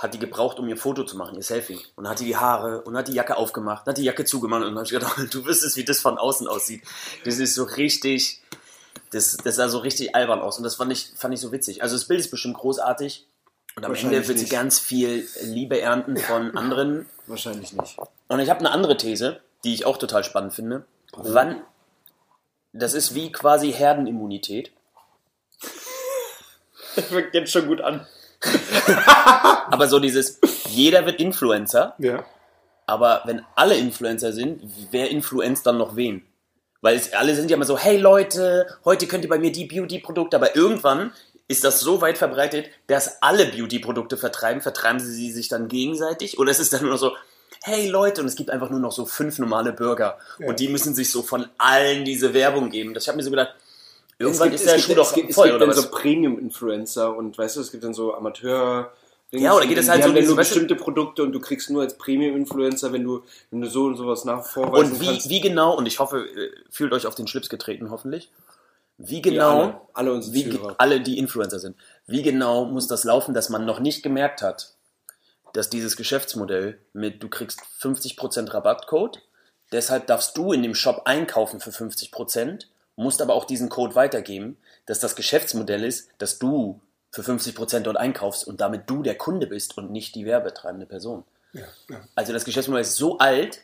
S3: Hat die gebraucht, um ihr Foto zu machen, ihr Selfie. Und dann hat die die Haare und hat die Jacke aufgemacht, hat die Jacke zugemacht und dann habe ich gedacht, du wüsstest, wie das von außen aussieht. Das ist so richtig, das, das sah so richtig albern aus und das fand ich, fand ich so witzig. Also das Bild ist bestimmt großartig und am Ende
S5: Wahrscheinlich
S3: wird sie
S5: nicht.
S3: ganz viel Liebe ernten von anderen
S5: Wahrscheinlich nicht.
S3: und ich habe eine andere These, die ich auch total spannend finde. Wann. Das ist wie quasi Herdenimmunität. Das fängt jetzt schon gut an. aber so dieses, jeder wird Influencer,
S4: Ja.
S3: aber wenn alle Influencer sind, wer influenzt dann noch wen? Weil es, alle sind ja immer so, hey Leute, heute könnt ihr bei mir die Beauty-Produkte, aber irgendwann ist das so weit verbreitet, dass alle Beauty-Produkte vertreiben. Vertreiben sie sie sich dann gegenseitig? Oder es ist dann nur so, hey Leute, und es gibt einfach nur noch so fünf normale Bürger. Und die müssen sich so von allen diese Werbung geben. Das, ich habe mir so gedacht, irgendwann ist der Schuh doch
S5: es gibt,
S3: voll,
S5: es gibt
S3: oder
S5: dann
S3: was?
S5: so Premium-Influencer und weißt du, es gibt dann so Amateur-
S3: Ja, oder geht es halt
S5: die
S3: so
S5: haben dann
S3: diese-
S5: nur
S3: weißt du-
S5: bestimmte Produkte und du kriegst nur als Premium-Influencer, wenn du, wenn du so und sowas nachvorweisen
S3: Und
S5: kannst.
S3: wie, wie genau, und ich hoffe, äh, fühlt euch auf den Schlips getreten, hoffentlich. Wie
S5: Wie
S3: genau.
S5: alle, alle unsere
S3: wie ge-
S5: Zuhörer.
S3: alle, die Influencer sind. Wie genau muss das laufen, dass man noch nicht gemerkt hat, dass dieses Geschäftsmodell mit du kriegst 50% Rabattcode, deshalb darfst du in dem Shop einkaufen für 50%, musst aber auch diesen Code weitergeben, dass das Geschäftsmodell ist, dass du für 50% dort einkaufst und damit du der Kunde bist und nicht die werbetreibende Person.
S4: ja. ja.
S3: Also das Geschäftsmodell ist so alt,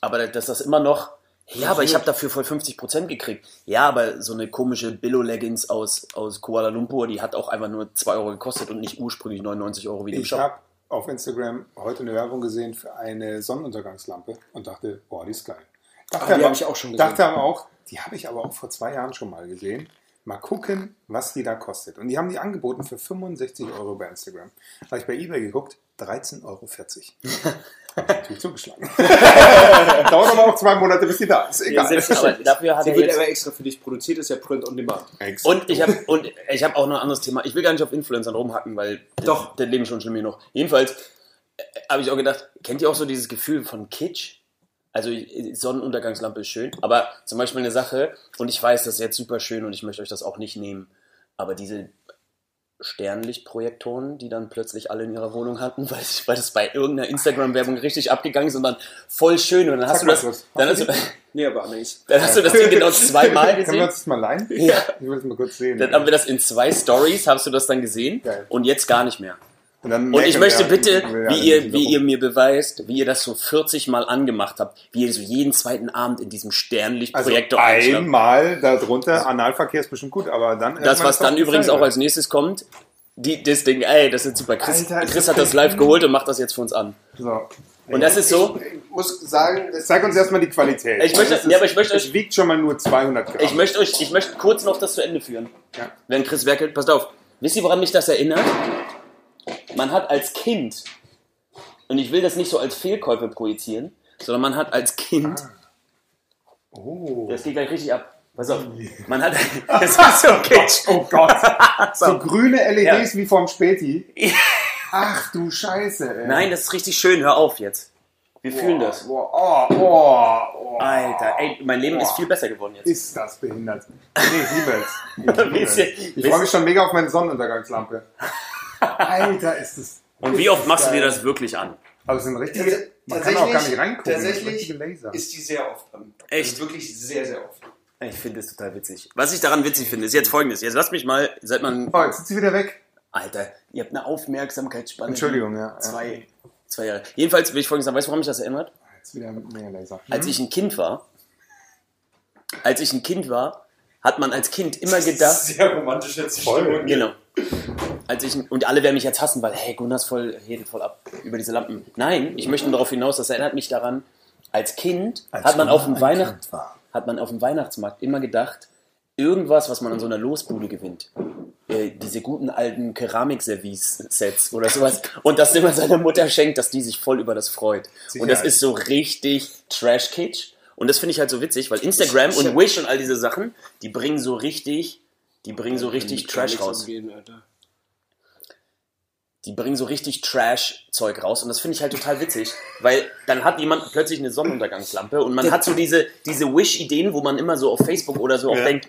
S3: aber dass das immer noch, Ja, aber ich habe dafür voll 50% gekriegt. Ja, aber so eine komische Billo-Leggings aus, aus Kuala Lumpur, die hat auch einfach nur 2 Euro gekostet und nicht ursprünglich 99 Euro wie im
S4: Ich
S3: Shop.
S4: habe auf Instagram heute eine Werbung gesehen für eine Sonnenuntergangslampe und dachte, boah, die ist geil. Dachte
S5: Ah, die
S4: aber-
S5: hab ich auch schon gesehen.
S4: Dachte aber auch, die habe ich aber auch vor zwei Jahren schon mal gesehen. Mal gucken, was die da kostet. Und die haben die angeboten für 65 Euro bei Instagram. Habe ich bei eBay geguckt, 13,40 Euro. Habe ich natürlich zugeschlagen. Dauert aber auch zwei Monate, bis die da ist. Egal.
S3: selbst- aber dafür hat
S5: Sie
S3: er
S5: wird
S3: jetzt-
S5: aber extra für dich produziert, ist ja Print on Demand.
S4: Exakt.
S3: Und ich habe und ich habe auch noch ein anderes Thema. Ich will gar nicht auf Influencern rumhacken, weil
S5: Doch.
S3: das Leben schon schlimm genug. Jedenfalls äh, habe ich auch gedacht, kennt ihr auch so dieses Gefühl von Kitsch? Also äh, Sonnenuntergangslampe ist schön, aber zum Beispiel eine Sache und ich weiß, das ist jetzt super schön und ich möchte euch das auch nicht nehmen, aber diese Sternlichtprojektoren, die dann plötzlich alle in ihrer Wohnung hatten, weil, weil das bei irgendeiner Instagram-Werbung richtig abgegangen ist und dann voll schön und dann hast
S4: Sag
S3: du
S4: mal
S3: das,
S4: kurz,
S3: dann hast
S4: hast
S3: du,
S4: du
S5: Nee, aber Anais.
S3: dann hast du das Ding genau zweimal gesehen.
S4: Können wir uns das mal leihen?
S3: Ja.
S4: Ich will es mal kurz sehen.
S3: Dann haben wir das in zwei Stories, hast du das dann gesehen
S4: Geil.
S3: und jetzt gar nicht mehr.
S4: Und, dann
S3: Und ich möchte
S4: merken wir,
S3: bitte,
S4: wir
S3: wie ihr,
S4: alle
S3: wie
S4: wieder
S3: ihr mir beweist, wie ihr das so 40 Mal angemacht habt, wie ihr so jeden zweiten Abend in diesem
S4: Also
S3: Sternlichtprojektor einschlappt.
S4: einmal darunter, Analverkehr ist bestimmt gut, aber dann.
S3: Das, was dann übrigens auch
S4: als
S3: als nächstes kommt, die, das Ding, ey, das ist super. Chris,
S4: Alter, ist
S3: Chris
S4: das
S3: hat das live geholt und macht das jetzt für uns an.
S4: So.
S3: Und das ist so,
S4: Ich muss sagen, das- zeig uns erstmal die Qualität. Also
S3: Ich möchte-
S4: Das
S3: ja, aber ich möchte
S4: das
S3: euch-
S4: wiegt schon mal nur 200 Gramm.
S3: ich möchte euch, ich möchte kurz noch das zu Ende führen.
S4: Ja.
S3: Während Chris werkelt, passt auf. Wisst ihr, woran mich das erinnert? Man hat als Kind, und ich will das nicht so als Fehlkäufe projizieren, sondern man hat als Kind
S4: oh.
S3: Das geht gleich richtig ab. Pass auf. Man hat. Das ist so kitsch.
S4: oh Gott. so grüne LEDs wie vom Späti.
S3: Ja.
S4: Ach du Scheiße, ey.
S3: Nein, das ist richtig schön. Hör auf jetzt. Wir fühlen das.
S4: Boah, oh, oh, oh.
S3: Alter, ey, mein Leben ist viel besser geworden jetzt.
S4: Ist das behindert? Nee, niemals.
S3: Wisst ihr-
S4: Ich freue mich schon mega auf meine Sonnenuntergangslampe. Alter, ist das.
S3: Und wie oft machst du dir das wirklich an?
S4: Aber es sind richtige. Man kann
S5: Tatsächlich-
S4: auch gar nicht reingucken.
S5: tatsächlich
S4: richtige Laser.
S5: Ist die sehr oft an.
S3: Echt?
S5: Also wirklich sehr, sehr oft.
S3: Ich finde es total witzig. Was ich daran witzig finde, ist jetzt folgendes. Jetzt lasst mich mal, seit man.
S4: Oh, jetzt sind sie wieder weg.
S3: Alter, ihr habt eine Aufmerksamkeitsspanne.
S4: Entschuldigung, ja.
S3: Zwei, zwei Jahre. Jedenfalls will ich folgendes sagen. Weißt du, woran mich das erinnert?
S4: Jetzt wieder mit mehr Laser.
S3: Als ich ein Kind war, als ich ein Kind war, hat man als Kind immer gedacht.
S5: Sehr romantisch jetzt.
S4: Voll.
S3: Genau. Als ich, und alle werden mich jetzt hassen, weil, hey, Gunnar ist voll, redet voll ab über diese Lampen. Nein, ich möchte nur darauf hinaus, das erinnert mich daran, als Kind
S4: Hm. Als
S3: hat, man
S4: Gunnar
S3: auf dem
S4: ein
S3: Weihnacht,
S4: Kind war.
S3: hat man auf dem Weihnachtsmarkt immer gedacht, irgendwas, was man an so einer Losbude gewinnt. Äh, diese guten alten Keramikservice-Sets oder sowas. Und das immer seiner Mutter schenkt, dass die sich voll über das freut. Und das
S4: Sicherheit.
S3: ist so richtig Trash-Kitsch. Und das finde ich halt so witzig, weil Instagram und Wish und all diese Sachen, die bringen so richtig, die bringen so richtig Trash raus die bringen so richtig Trash-Zeug raus und das finde ich halt total witzig, weil dann hat jemand plötzlich eine Sonnenuntergangslampe und man hat so diese, diese Wish-Ideen, wo man immer so auf Facebook oder so auch
S4: Ja.
S3: denkt,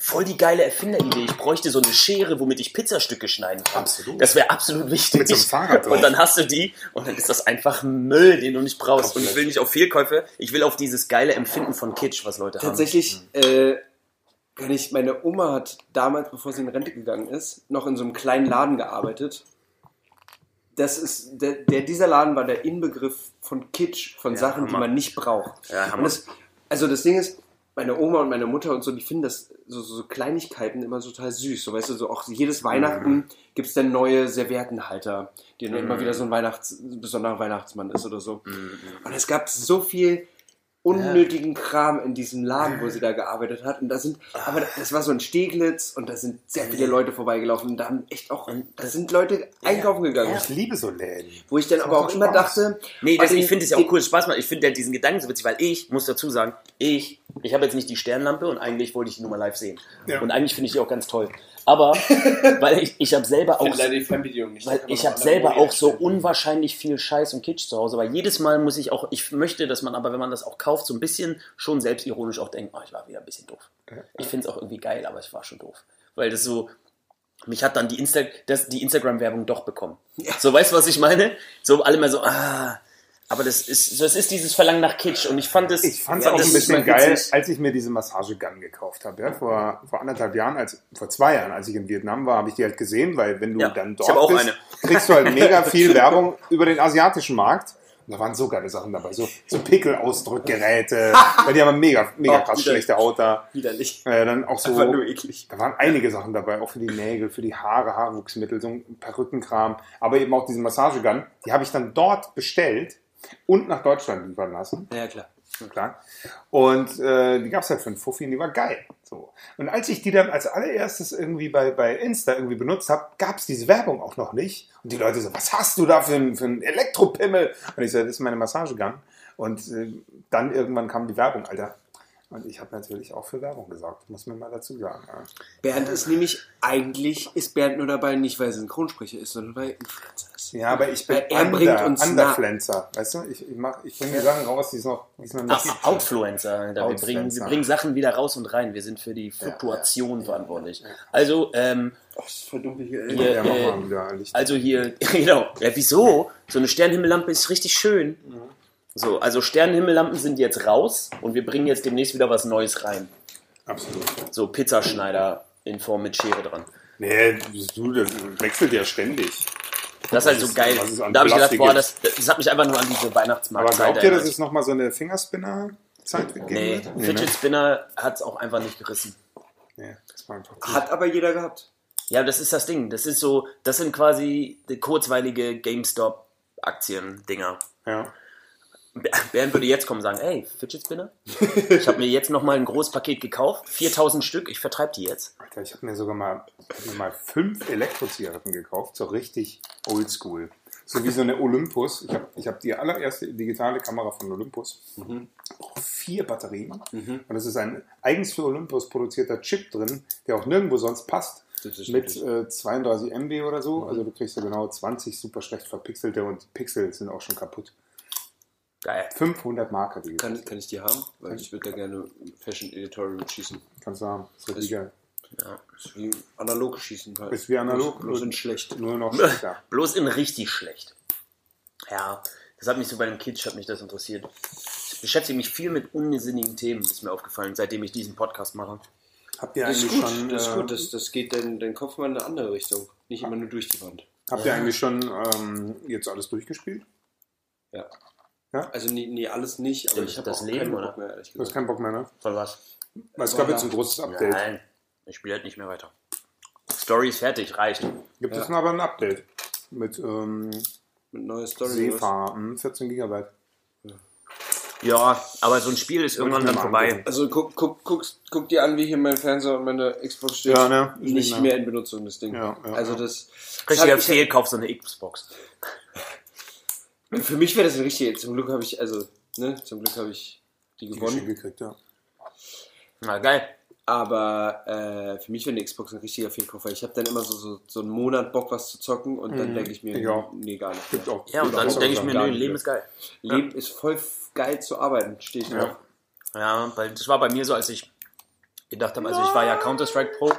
S3: voll die geile Erfinderidee, ich bräuchte so eine Schere, womit ich Pizzastücke schneiden kann.
S4: Absolut.
S3: Das wäre absolut wichtig.
S4: Mit so einem Fahrrad drauf.
S3: und dann hast du die und dann ist das einfach Müll, den du nicht brauchst. Und ich will nicht auf Fehlkäufe, ich will auf dieses geile Empfinden von Kitsch, was Leute
S5: Tatsächlich äh, kann ich, meine Oma hat damals, bevor sie in Rente gegangen ist, noch in so einem kleinen Laden gearbeitet. Das ist, der, der, dieser Laden war der Inbegriff von Kitsch, von Sachen, die
S3: Hammer.
S5: man nicht braucht.
S3: Ja, Hammer.
S5: und das, also das Ding ist, meine Oma und meine Mutter und so, die finden das so, so so Kleinigkeiten immer total süß. So weißt du, so auch jedes Weihnachten
S3: Mhm.
S5: gibt es dann neue Serviettenhalter, die dann immer wieder so ein Weihnachts, besonderer Weihnachtsmann ist oder so.
S3: Mhm.
S5: Und es gab so viel unnötigen Kram in diesem Laden, wo sie da gearbeitet hat. Und da sind, aber das war so ein Steglitz und da sind sehr viele Leute vorbeigelaufen. Und da haben echt auch, da sind Leute einkaufen gegangen.
S4: Ich liebe so Läden.
S5: Wo ich dann aber auch
S4: macht
S5: immer
S4: Spaß.
S5: dachte,
S3: Nee,
S5: oh,
S3: das,
S5: den-
S3: ich finde es ja auch
S5: den-
S3: cool, Spaß macht. Ich finde ja diesen Gedanken so witzig, weil ich, muss dazu sagen, ich, ich habe jetzt nicht die Sternlampe und eigentlich wollte ich die nur mal live sehen.
S4: Ja.
S3: Und eigentlich finde ich die auch ganz toll. Aber, weil ich, ich habe selber auch,
S5: die Fernbedienung nicht.
S3: weil
S5: Da kann man
S3: ich
S5: noch
S3: habe
S5: andere
S3: selber
S5: Modi
S3: auch so
S5: einstellen.
S3: unwahrscheinlich viel Scheiß und Kitsch zu Hause, aber jedes Mal muss ich auch, ich möchte, dass man aber, wenn man das auch kauft, so ein bisschen schon selbstironisch auch denkt, oh, ich war wieder ein bisschen doof. Ich finde es auch irgendwie geil, aber ich war schon doof. Weil das so, mich hat dann die, Insta das, die Instagram-Werbung doch bekommen. So, weißt du, was ich meine? So, alle mal so, ah. Aber das ist, so, es ist dieses Verlangen nach Kitsch und ich fand es.
S4: Ich fand es
S3: ja,
S4: auch
S3: das
S4: ein
S3: ist
S4: bisschen
S3: mal
S4: geil,
S3: witzig.
S4: als ich mir diese Massagegun gekauft habe. Ja? Vor, vor anderthalb Jahren, als, vor zwei Jahren, als ich in Vietnam war, habe ich die halt gesehen, weil wenn du
S3: Ja,
S4: dann
S3: ich habe auch
S4: dort bist,
S3: eine.
S4: kriegst du halt mega viel Werbung über den asiatischen Markt. Und da waren so geile Sachen dabei. So, so Pickelausdrückgeräte. Weil die haben mega, mega
S3: Oh,
S4: krass
S3: wieder-
S4: schlechte Haut da.
S3: Widerlich.
S4: Äh, dann auch so.
S3: Einfach nur eklig.
S4: Da waren einige Sachen dabei, auch für die Nägel, für die Haare, Haarwuchsmittel, so ein Perückenkram, aber eben auch diesen Massagegun. Die habe ich dann dort bestellt und nach Deutschland liefern lassen,
S3: Ja, klar.
S4: klar. Und äh, die gab es halt für einen Fuffi und die war geil. So. Und als ich die dann als allererstes irgendwie bei, bei Insta irgendwie benutzt habe, gab es diese Werbung auch noch nicht. Und die Leute so, was hast du da für einen, für einen Elektropimmel? Und ich so, das ist meine Massagegun. Und äh, dann irgendwann kam die Werbung, Alter. Und ich habe natürlich auch für Werbung gesagt, muss man mal dazu sagen. Ja.
S5: Bernd ist nämlich, eigentlich ist Bernd nur dabei, nicht weil er Synchronsprecher ist, sondern weil er Influencer ist.
S4: Ja, aber ich bin
S5: Weil er bringt uns nah.
S4: Underpflanzer. Weißt du, ich, ich, mach- ich bringe die Sachen raus, die es noch, die es noch nicht gibt.
S3: Ach, Outfluencer, Alter.
S4: Outfluencer.
S3: Wir, bringen, wir bringen Sachen wieder raus und rein. Wir sind für die Fluktuation verantwortlich. Also, ähm,
S5: Ach, das ist voll dunkel hier.
S3: hier,
S4: Ja, mach mal
S3: äh,
S4: wieder Licht.
S3: also hier, genau. Ja, wieso? So eine Sternenhimmellampe ist richtig schön.
S4: Mhm.
S3: So, also Sternenhimmellampen sind jetzt raus und wir bringen jetzt demnächst wieder was Neues rein.
S4: Absolut.
S3: So Pizzaschneider in Form mit Schere dran.
S4: Nee, du, das wechselt ja ständig.
S3: Das ist halt so
S4: ist-
S3: geil.
S4: was es an
S3: Da habe ich gedacht,
S4: Plastik
S3: boah, das,
S4: gibt.
S3: das hat mich einfach nur an diese Weihnachtsmarkt.
S4: Aber glaubt ihr, dass es nochmal so eine Fingerspinner-Zeit geben
S3: Nee,
S4: wird?
S3: Fidget Spinner hat es auch einfach nicht gerissen.
S4: Nee, das war einfach zu-
S5: Hat aber jeder gehabt.
S3: Ja, das ist das Ding. Das ist so, das sind quasi die kurzweilige GameStop-Aktien-Dinger.
S4: Ja.
S3: Bernd würde jetzt kommen und sagen, ey, Fidget Spinner, ich habe mir jetzt nochmal ein großes Paket gekauft, 4000 Stück, ich vertreibe die jetzt.
S4: Alter, ich habe mir sogar mal, hab mir mal fünf Elektrozigaretten gekauft, so richtig oldschool. So wie so eine Olympus. Ich habe ich hab die allererste digitale Kamera von Olympus.
S5: Mhm.
S4: Braucht Vier Batterien. Und es ist ein eigens für Olympus produzierter Chip drin, der auch nirgendwo sonst passt.
S5: Das ist Mhm.
S4: Mit äh, 32 MB oder so. Also du kriegst ja genau 20 super schlecht verpixelte und die Pixel sind auch schon kaputt.
S3: Geil.
S4: 500 Marker, die
S5: Kann, kann ich die haben? Weil ich würde da gerne Fashion Editorial schießen.
S4: kannst du haben. Ist richtig geil.
S5: Ja. Ist wie analoge Schießen halt.
S4: Ist wie analog.
S5: Nur sind schlecht.
S4: Nur noch schlechter.
S3: Bloß in richtig schlecht. Ja, das hat mich so bei dem Kitsch, hat mich das interessiert. Ich beschäftige mich viel mit unsinnigen Themen, ist mir aufgefallen, seitdem ich diesen Podcast mache.
S4: Habt ihr
S5: Das ist
S4: eigentlich
S5: gut,
S4: schon.
S5: das, ist
S4: äh,
S5: gut. Das, das geht dein, dein Kopf mal in eine andere Richtung. Nicht immer nur durch die Wand.
S4: Habt ihr eigentlich schon ähm, jetzt alles durchgespielt?
S5: Ja.
S4: Ja?
S5: Also nee, nee alles nicht, aber
S3: Ja,
S5: ich habe
S3: das
S5: auch
S3: Leben,
S5: keinen
S3: oder?
S5: Bock mehr, ehrlich
S4: Du hast
S5: gesagt.
S4: keinen Bock mehr, ne?
S3: Von was?
S4: Weil es gab
S5: Ja.
S4: jetzt ein großes Update.
S3: Nein, ich spiele halt nicht mehr weiter. Story ist fertig, reicht.
S4: Gibt es noch aber ein Update? Mit ähm,
S5: Mit neuer Story. oder was?
S4: Seefahren, 14 GB.
S3: Ja, aber so ein Spiel ist irgendwann
S4: mir
S3: dann
S4: mal
S3: vorbei.
S4: angucken.
S5: Also guck, guck, guck, guck dir an, wie hier mein Fernseher und meine Xbox steht.
S4: Ja, ne? Ist
S5: Nicht,
S4: nicht mehr.
S5: mehr in Benutzung, das Ding.
S4: Ja, ja,
S5: also
S4: ja.
S5: das. das
S3: Richtiger
S5: hab ich-
S3: Fehlkauf, so eine Xbox.
S5: Für mich wäre das ein richtiger. Zum Glück habe ich, also, ne, zum Glück habe ich die
S4: Geschenk
S5: gewonnen.
S4: gekriegt, ja.
S3: Na geil.
S5: Aber äh, für mich wäre eine Xbox ein richtiger Fehlkauf, weil ich habe dann immer so, so, so einen Monat Bock, was zu zocken und dann denke ich mir,
S4: Mhm. Ich auch.
S5: nee, gar nicht.
S4: Gibt auch.
S3: Ja, und
S4: gibt auch
S3: dann
S4: so
S3: denke ich
S4: Sachen.
S3: mir, nö, Leben ist geil.
S5: Leben ist voll f- geil zu arbeiten, stehe ich drauf.
S4: Ja.
S3: Ja, weil das war bei mir so, als ich gedacht habe, also ich war ja Counter-Strike Pro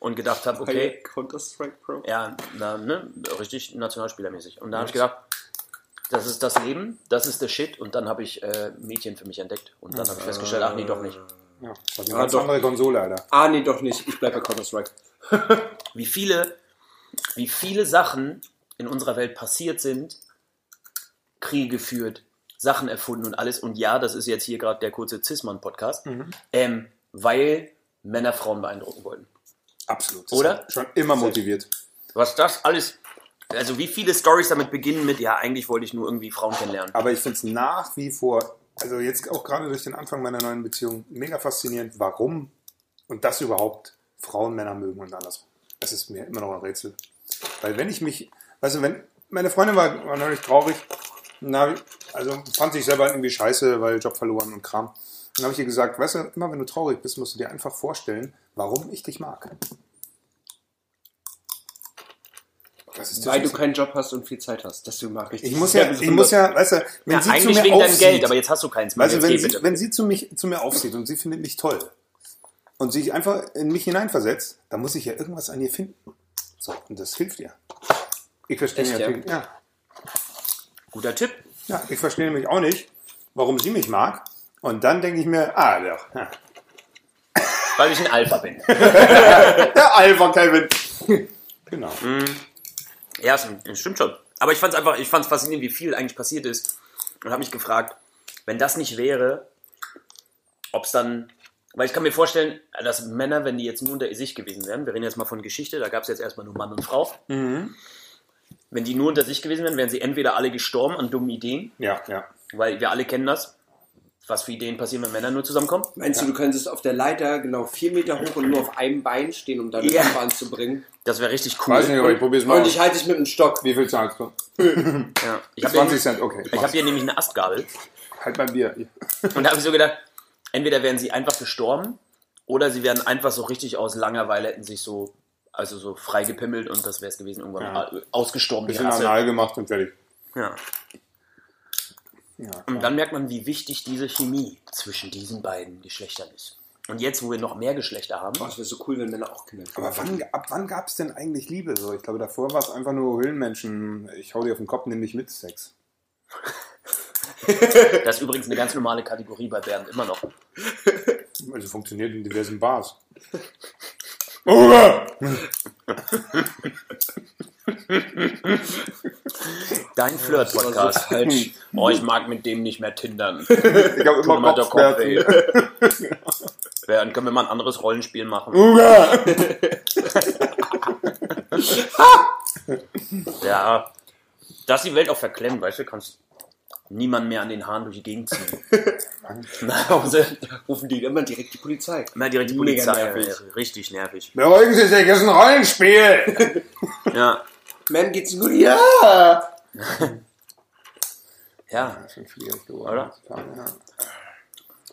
S3: und gedacht habe, okay,
S5: Counter-Strike Pro.
S3: ja, na, ne, richtig nationalspielermäßig. Und da habe ich gedacht, das ist das Leben, das ist der Shit. Und dann habe ich äh, Mädchen für mich entdeckt. Und dann habe ich festgestellt, ach nee, doch nicht.
S4: Ja, das war eine
S5: Ah,
S4: ganz
S5: doch.
S4: andere Konsole, Alter.
S5: Ah, nee, doch nicht. Ich bleibe bei Counter-Strike.
S3: Wie viele, wie viele Sachen in unserer Welt passiert sind, Kriege geführt, Sachen erfunden und alles. Und ja, das ist jetzt hier gerade der kurze Zisman-Podcast, ähm, weil Männer Frauen beeindrucken wollten.
S4: Absolut.
S3: Oder?
S4: Schon immer motiviert.
S3: Was das alles. Also wie viele Stories damit beginnen mit, ja, eigentlich wollte ich nur irgendwie Frauen kennenlernen.
S4: Aber ich finde es nach wie vor, also jetzt auch gerade durch den Anfang meiner neuen Beziehung, mega faszinierend, warum und das überhaupt Frauen Männer mögen und andersrum. Das ist mir immer noch ein Rätsel. Weil wenn ich mich, weißt du, wenn, meine Freundin war, war neulich traurig, und dann hab ich, also fand sich selber irgendwie scheiße, weil Job verloren und Kram. Dann habe ich ihr gesagt, weißt du, immer wenn du traurig bist, musst du dir einfach vorstellen, warum ich dich mag. Das ist
S5: Weil du keinen Job hast und viel Zeit hast. Deswegen mag ich
S4: ich
S5: das
S4: muss
S5: sehr
S4: ja, ich
S5: besonders.
S4: muss ja, weißt du, wenn
S3: Ja,
S4: sie
S3: eigentlich
S4: zu mir
S3: wegen deinem
S4: aufsieht,
S3: Geld, aber jetzt hast du keins mehr.
S4: also
S3: jetzt
S4: wenn
S3: geh
S4: sie,
S3: bitte.
S4: wenn sie zu, mich, zu mir aufsieht und sie findet mich toll und sich einfach in mich hineinversetzt, dann muss ich ja irgendwas an ihr finden. So, und das hilft ihr. Ich verstehe
S5: Echt, ja?
S4: natürlich, ja.
S3: Guter Tipp.
S4: Ja, ich verstehe nämlich auch nicht, warum sie mich mag. Und dann denke ich mir, ah, der, ja.
S3: Weil ich ein Alpha bin.
S4: der Alpha Kevin. genau.
S3: Mhm. Ja, es- es stimmt schon. Aber ich fand es einfach, ich fand es faszinierend, wie viel eigentlich passiert ist. und habe mich gefragt, wenn das nicht wäre, ob es dann. Weil ich kann mir vorstellen, dass Männer, wenn die jetzt nur unter sich gewesen wären, wir reden jetzt mal von Geschichte, da gab es jetzt erstmal nur Mann und Frau.
S4: Mhm.
S3: Wenn die nur unter sich gewesen wären, wären sie entweder alle gestorben an dummen Ideen,
S4: Ja, ja.
S3: weil wir alle kennen das, was für Ideen passieren, wenn Männer nur zusammenkommen.
S5: Meinst du, du könntest auf der Leiter genau vier Meter hoch und nur auf einem Bein stehen, um deine
S3: Ja.
S5: Nachbarn zu bringen?
S3: Das wäre richtig cool.
S4: Weiß nicht, aber ich probiere es mal.
S5: Und
S4: aus.
S5: ich halte dich mit dem Stock.
S4: Wie viel zahlst du?
S3: Ja. Ich habe
S4: 20
S3: hier,
S4: Cent, okay.
S3: ich hab hier nämlich eine Astgabel
S4: halt beim Bier.
S3: und da habe ich so gedacht, entweder wären sie einfach gestorben oder sie wären einfach so richtig aus Langeweile hätten sich so also so frei gepimmelt und das wäre es gewesen irgendwann
S4: Ja.
S3: äh, ausgestorben die
S4: Bisschen
S3: Rasse.
S4: anal gemacht und fertig.
S3: Ja.
S4: Ja,
S3: Und dann merkt man, wie wichtig diese Chemie zwischen diesen beiden Geschlechtern ist. Und jetzt, wo wir noch mehr Geschlechter haben,
S5: Boah, es Oh, wäre so cool, wenn Männer auch Kinder kriegen.
S4: Aber wann, ab wann gab es denn eigentlich Liebe? So, ich glaube, davor war es einfach nur Höhlenmenschen. Ich hau dir auf den Kopf, nimm dich mit Sex.
S3: das ist übrigens eine ganz normale Kategorie bei Bernd immer noch.
S4: Also funktioniert in diversen Bars. Uwe!
S3: Dein Flirt-Podcast.
S5: Das war so falsch.
S3: oh, ich mag mit dem nicht mehr tindern.
S4: Ich habe
S3: Tut
S4: immer
S3: mir der Kopf weh.
S4: Kopfschmerzen.
S3: Bernd, können wir mal ein anderes Rollenspiel machen?
S4: Uwe!
S3: Ja. Da ist die Welt auch verklemmt, weißt du, kannst niemand mehr an den Haaren durch die Gegend ziehen. Nach Hause
S5: Rufen die immer direkt die Polizei.
S3: immer direkt die
S5: Mega
S3: Polizei.
S5: nervig.
S3: Richtig nervig.
S4: Beruhigen Sie sich, ist ein Rollenspiel!
S3: Ja.
S5: Man geht's gut, ja!
S3: Ja.
S4: Schon schwierig
S3: Oder?
S4: geworden. Ja.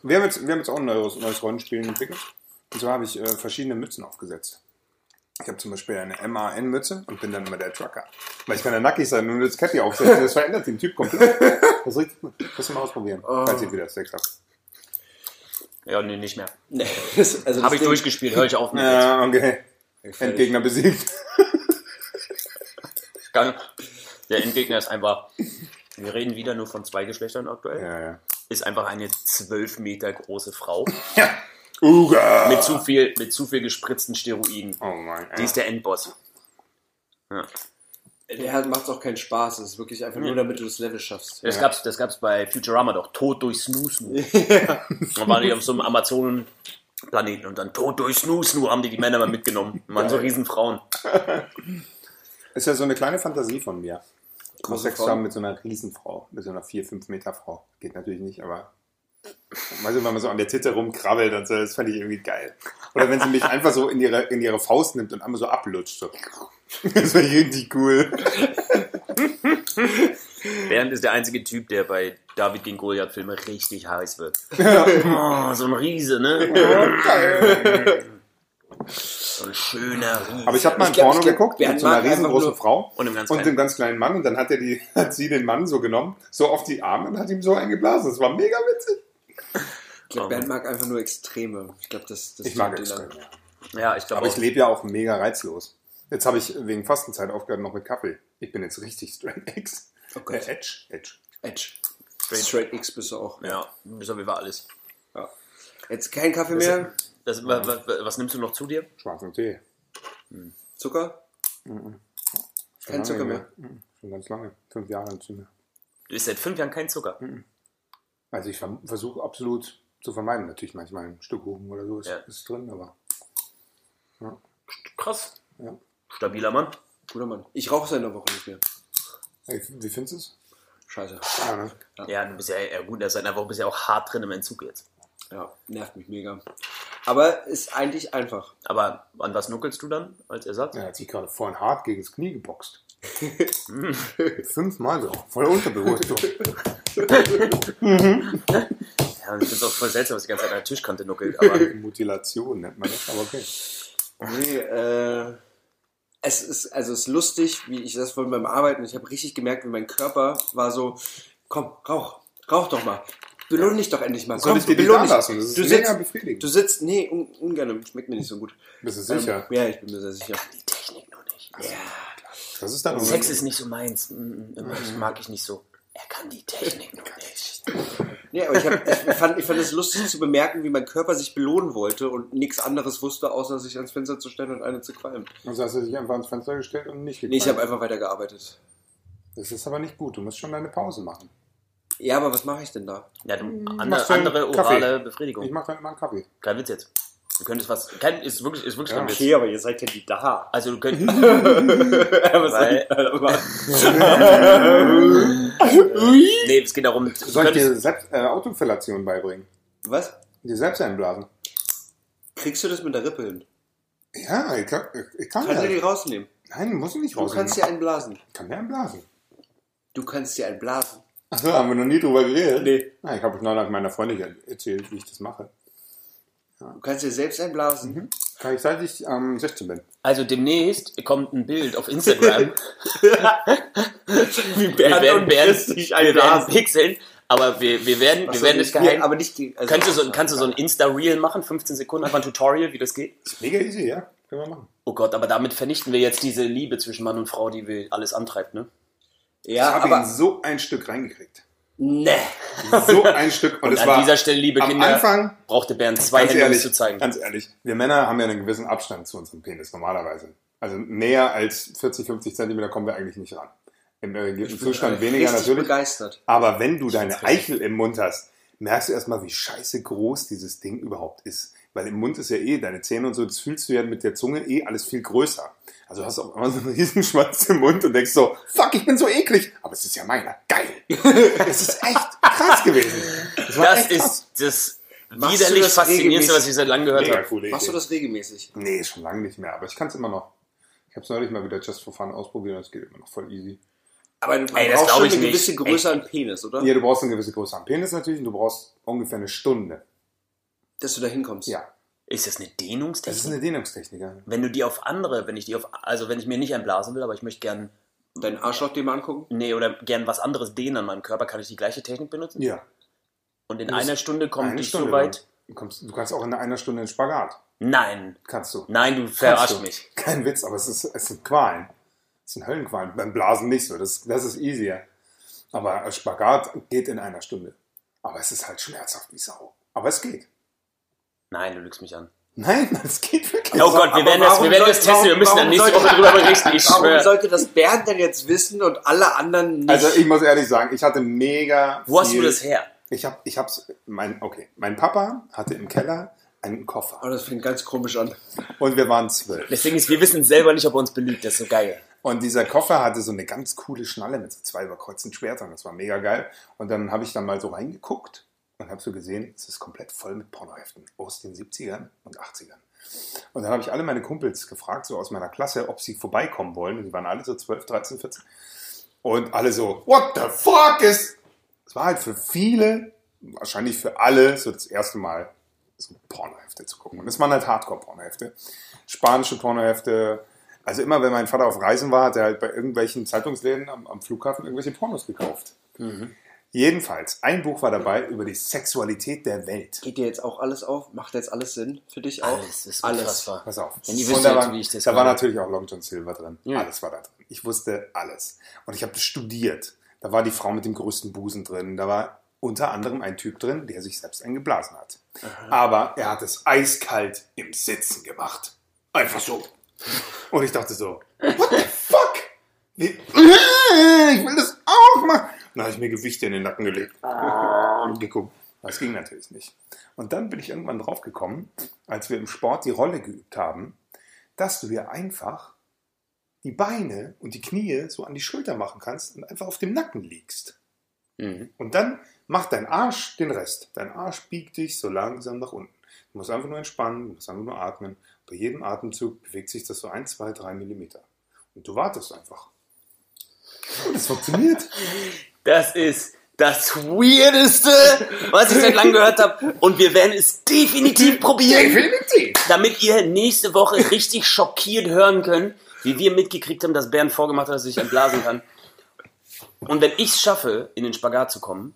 S4: Wir, haben jetzt, wir haben jetzt auch ein neues, neues Rollenspiel entwickelt. Und zwar habe ich äh, verschiedene Mützen aufgesetzt. Ich habe zum Beispiel eine MAN-Mütze und bin dann immer der Trucker. Weil ich kann ja nackig sein und das Cappy aufsetzen. Das verändert den Typ komplett. Das ist richtig gut. Müssen wir mal ausprobieren, falls ihr wieder Sex habt.
S3: Ja, nee, nicht mehr.
S5: Nee, das, also das
S3: Habe ich
S5: Ding-
S3: durchgespielt, höre ich auf mit. jetzt.
S4: Ja, okay. Endgegner besiegt.
S3: Kann- Der Endgegner ist einfach. Wir reden wieder nur von zwei Geschlechtern aktuell.
S4: Ja, ja.
S3: Ist einfach eine zwölf Meter große Frau
S4: Uga!
S3: mit zu viel, mit zu viel gespritzten Steroiden.
S4: Oh mein
S3: Die ist der Endboss. Ja.
S5: Der hat macht's auch keinen Spaß. Es ist wirklich einfach nur, damit du das Level schaffst.
S3: Das gab's, das gab's bei Futurama doch. Tod durch Snoo-Snoo. Da waren die auf so einem Amazonenplaneten und dann Tod durch Snoo-Snoo haben die die Männer mal mitgenommen. Man so riesen Frauen.
S4: Ist ja so eine kleine Fantasie von mir. Ich muss
S5: Große
S4: Sex
S5: Frau.
S4: haben mit so einer Riesenfrau, mit so einer 4, 5 Meter Frau. Geht natürlich nicht, aber. Weißt du, wenn man so an der Titte rumkrabbelt und so, das fand ich irgendwie geil. Oder wenn sie mich einfach so in ihre, in ihre Faust nimmt und einmal so ablutscht. So. Das war richtig cool.
S3: Bernd ist der einzige Typ, der bei David gegen Goliath Filme richtig heiß wird. Oh, so ein Riese, ne? So ein schöner Riese.
S4: Aber ich habe mal
S5: Ich
S4: ein
S5: glaub,
S4: Porno
S5: ich glaub,
S4: geguckt
S5: Bernd
S4: mit so einer
S5: mag einfach
S4: riesengroßen
S5: nur-
S4: Frau
S3: Und einem ganz
S4: und
S3: kleinen.
S4: dem ganz kleinen Mann und dann hat er die, hat sie den Mann so genommen, so auf die Arme und hat ihm so eingeblasen. Das war mega witzig.
S5: Ich glaube, Bernd mag einfach nur Extreme. Ich glaube, das, das
S4: Ich mag
S5: tut
S4: es.
S5: ihn an.
S3: Ja, ich glaube
S4: Aber ich
S3: auch.
S4: lebe ja auch mega reizlos. Jetzt habe ich wegen Fastenzeit aufgehört noch mit Kaffee. Ich bin jetzt richtig straight X.
S5: Oh Gott.
S4: Äh, Edge. Edge.
S5: Edge. Straight, Straight X bist du auch.
S3: Ja, bis auf jeden Fall alles.
S5: Ja. Jetzt kein Kaffee mehr.
S3: Das, wa- wa- wa- was nimmst du noch zu dir?
S4: Schwarzen Tee.
S5: Zucker?
S4: Schon
S5: Kein
S4: lange
S5: Zucker
S4: nicht Mhm. Schon ganz lange. Fünf Jahre nicht mehr.
S3: Du isst seit fünf Jahren kein Zucker.
S4: Hm. Also ich verm- versuche absolut zu vermeiden. Natürlich manchmal ein Stück Kuchen oder so ist,
S3: Ja.
S4: ist drin, aber
S3: Krass.
S4: ja.
S3: Stabiler Mann.
S5: Guter Mann. Ich rauche seit einer Woche nicht mehr.
S4: Ey, wie findest du es?
S5: Scheiße.
S4: Ja, ne?
S3: Ja, du bist ja, ja gut, seit einer Woche bist ja auch hart drin im Entzug jetzt.
S5: Ja, nervt mich mega. Aber ist eigentlich einfach.
S3: Aber an was nuckelst du dann als Ersatz?
S4: Ja, er hat sich gerade vorhin hart gegen das Knie geboxt. Fünfmal so. Voll unterbewusst. So.
S3: Ja, ich finde es auch voll seltsam, dass die ganze Zeit an der Tischkante nuckelt. Aber
S4: Mutilation nennt man das, aber okay.
S5: Nee, äh. Es ist, also es ist lustig, wie ich das vorhin beim Arbeiten, ich habe richtig gemerkt, wie mein Körper war so, komm, rauch, rauch doch mal. Belohn dich doch endlich mal.
S4: Soll
S5: Komm,
S4: ich dir die
S5: belohn
S4: da
S5: dich.
S4: lassen? Das ist
S5: du
S4: mega
S5: sitzt,
S4: befriedigend.
S5: Du sitzt, nee, un, ungern, schmeckt mir nicht so gut.
S4: Bist du sicher?
S5: Ähm, ja, ich bin mir sehr sicher.
S3: die Technik noch nicht.
S4: Das ist dann
S3: Sex ist nicht so meins. Mm, mm, Das
S4: Mhm.
S3: mag ich nicht so. Er kann die Technik noch nicht.
S5: Ja, aber ich, hab, ich, fand, ich fand es lustig zu bemerken, wie mein Körper sich belohnen wollte und nichts anderes wusste, außer sich ans Fenster zu stellen und eine zu qualmen.
S4: Also hast du dich einfach ans Fenster gestellt und nicht
S5: Nee, ich habe
S4: gequatscht.
S5: einfach weitergearbeitet.
S4: Das ist aber nicht gut. Du musst schon deine Pause machen.
S5: Ja, aber was mache ich denn da?
S3: Ja, du,
S4: Mhm.
S3: andere,
S4: machst du einen
S3: andere
S4: Kaffee?
S3: orale
S4: Ich
S3: Befriedigung.
S4: mache dann immer einen Kaffee.
S3: Kein Witz jetzt. Du könntest was. Kein, ist wirklich, ist wirklich kein Witz.
S5: aber ihr seid ja die da.
S3: Also du könntest.
S5: Weil,
S3: nee, es geht darum. Du
S4: Soll ich dir
S3: könntest,
S4: Selbst, äh, Autofellation beibringen?
S5: was?
S4: Dir selbst einblasen?
S5: Kriegst du das mit der Rippe hin?
S4: Ja, ich kann, ich kann
S5: Kannst du die
S4: ja.
S5: rausnehmen?
S4: Nein, muss ich nicht
S5: Du
S4: raus.
S5: kannst dir einen blasen.
S4: Ich kann mir einblasen.
S5: Du kannst dir einen blasen.
S4: Achso, haben wir noch nie drüber geredet?
S5: Nee.
S4: Ah, ich habe es noch meiner Freundin erzählt, wie ich das mache.
S5: Du kannst dir selbst einblasen.
S3: Mhm.
S4: Kann ich, seit ich ähm, 16 bin.
S3: also demnächst kommt ein Bild auf Instagram. wir werden, werden, wir werden pixeln, aber wir, wir werden, wir
S5: Achso,
S3: werden
S5: nicht
S3: es geheim.
S5: mir, Aber nicht gegen. also-
S3: kannst, du so, kannst du so ein Insta-Reel machen, 15 Sekunden, einfach ein Tutorial, wie das geht?
S4: Ist mega easy, ja. Können wir machen.
S3: Oh Gott, aber damit vernichten wir jetzt diese Liebe zwischen Mann und Frau, die wir alles antreibt, ne?
S5: Ja,
S4: ich habe ihn
S5: aber.
S4: so ein Stück reingekriegt.
S5: Ne.
S4: So ein Stück. Und, es
S3: An
S4: war
S3: dieser Stelle, liebe
S4: am
S3: Kinder,
S4: Anfang,
S3: brauchte Bernd zwei
S4: ganz
S3: Hände, um es
S4: ehrlich,
S3: zu zeigen.
S4: ganz ehrlich, wir Männer haben ja einen gewissen Abstand zu unserem Penis normalerweise. Also näher als 40, 50 Zentimeter kommen wir eigentlich nicht ran. Im erregierten Zustand weniger
S5: äh, richtig
S4: natürlich.
S5: begeistert.
S4: Aber wenn du deine Eichel im Mund hast, merkst du erstmal, wie scheiße groß dieses Ding überhaupt ist. Weil im Mund ist ja eh deine Zähne und so, das fühlst du ja mit der Zunge eh alles viel größer. Also hast du auch immer so einen riesen Schwanz im Mund und denkst so, fuck, ich bin so eklig. Aber es ist ja meiner. Geil. Es ist echt krass gewesen. war
S3: Das
S4: echt krass.
S3: ist das
S5: Machst du
S3: widerlich
S5: das
S3: Faszinierendste,
S5: regelmäßig?
S3: was ich seit langem gehört
S4: mega
S3: habe.
S4: coole
S5: Machst du
S4: Idee.
S5: das regelmäßig?
S4: Nee, schon lange nicht mehr, aber ich kann es immer noch. Ich habe es neulich mal wieder just for fun ausprobiert und es geht immer noch voll easy.
S5: Aber du
S3: Ey, das
S5: brauchst
S3: glaub
S5: schon
S3: ich
S5: eine
S3: nicht.
S5: gewisse Größe an Penis, oder?
S4: Ja, du brauchst eine gewisse Größe am Penis natürlich und du brauchst ungefähr eine Stunde.
S5: Dass du da hinkommst.
S4: Ja,
S3: Ist das eine
S4: das ist
S3: Dehnungstechnik?
S4: eine Dehnungstechnik. ja.
S3: wenn du die auf andere, wenn ich die auf, also wenn ich mir nicht einblasen will, aber ich möchte gern,
S5: Deinen Arschloch dir mal angucken?
S3: nee, oder gern was anderes dehnen an meinem Körper, kann ich die gleiche Technik benutzen?
S4: Ja.
S3: Und in
S4: Das-
S3: einer Stunde komme
S4: Eine
S3: ich
S4: Stunde
S3: so weit?
S4: lang. Du, kommst, du kannst auch in einer Stunde in Spagat.
S3: Nein.
S4: Kannst du.
S3: Nein, du
S4: Kannst
S3: verarsch
S4: du.
S3: mich.
S4: Kein Witz, aber es, ist, es sind Qualen. Es sind Höllenqualen. Beim Blasen nicht so. Das, das ist easier. Aber Spagat geht in einer Stunde. Aber es ist halt schmerzhaft wie Sau. Aber es geht.
S3: Nein, du lügst mich an.
S4: Nein, es geht wirklich.
S3: Oh Gott, wir werden das, wir werden das testen, wir müssen dann nächste Woche drüber berichten, ich
S5: warum
S3: schwöre.
S5: sollte das Bernd denn jetzt wissen und alle anderen nicht?
S4: Also ich muss ehrlich sagen, ich hatte mega.
S3: Wo hast du
S4: viel-
S3: das her?
S4: Ich hab, ich hab's. Mein, okay, mein Papa hatte im Keller einen
S5: oh,
S4: Koffer
S5: das fängt ganz komisch an.
S4: und wir waren zwölf.
S3: Das Ding ist, wir wissen selber nicht, ob er uns belügt, das ist so geil.
S4: Und dieser Koffer hatte so eine ganz coole Schnalle mit so zwei überkreuzten Schwertern. Das war mega geil. Und dann habe ich dann mal so reingeguckt und habe so gesehen, es ist komplett voll mit Pornoheften aus den 70ern und 80ern. Und dann habe ich alle meine Kumpels gefragt, so aus meiner Klasse, ob sie vorbeikommen wollen. Und die waren alle so 12, 13, 14. Und alle so, what the fuck ist... Es war halt für viele, wahrscheinlich für alle, so das erste Mal so Pornohefte zu gucken. Und es waren halt Hardcore-Pornohefte. Spanische Pornohefte. Also immer, wenn mein Vater auf Reisen war, hat er halt bei irgendwelchen Zeitungsläden am, am Flughafen irgendwelche Pornos gekauft. Jedenfalls, ein Buch war dabei über die Sexualität der Welt.
S5: Geht dir jetzt auch alles auf? Macht jetzt alles Sinn für dich auch?
S3: Alles ist
S5: alles.
S3: unfassbar.
S4: Pass auf.
S3: Wenn ihr
S4: Und
S3: wisst,
S4: da
S3: jetzt,
S4: war,
S3: wie ich das
S4: da war
S3: meine.
S4: natürlich auch Long John Silver drin. Alles war da drin. Ich wusste alles. Und ich habe das studiert. Da war die Frau mit dem größten Busen drin. Da war unter anderem ein Typ drin, der sich selbst eingeblasen hat. Aber er hat es eiskalt im Sitzen gemacht. Einfach so. Und ich dachte so, what the fuck? Wie, ich will das auch machen. Dann habe ich mir Gewichte in den Nacken gelegt
S3: Ah.
S4: und geguckt. Das ging natürlich nicht. Und dann bin ich irgendwann draufgekommen, als wir im Sport die Rolle geübt haben, dass du dir einfach die Beine und die Knie so an die Schulter machen kannst und einfach auf dem Nacken liegst. Und dann macht dein Arsch den Rest. Dein Arsch biegt dich so langsam nach unten. Du musst einfach nur entspannen, du musst einfach nur atmen. Bei jedem Atemzug bewegt sich das so 1, 2, 3 Millimeter. Und du wartest einfach. Und es funktioniert.
S3: Das ist das Weirdeste, was ich seit langem gehört habe. Und wir werden es definitiv probieren,
S4: Definitiv.
S3: damit ihr nächste Woche richtig schockiert hören könnt, wie wir mitgekriegt haben, dass Bernd vorgemacht hat, dass er sich entblasen kann. Und wenn ich es schaffe, in den Spagat zu kommen,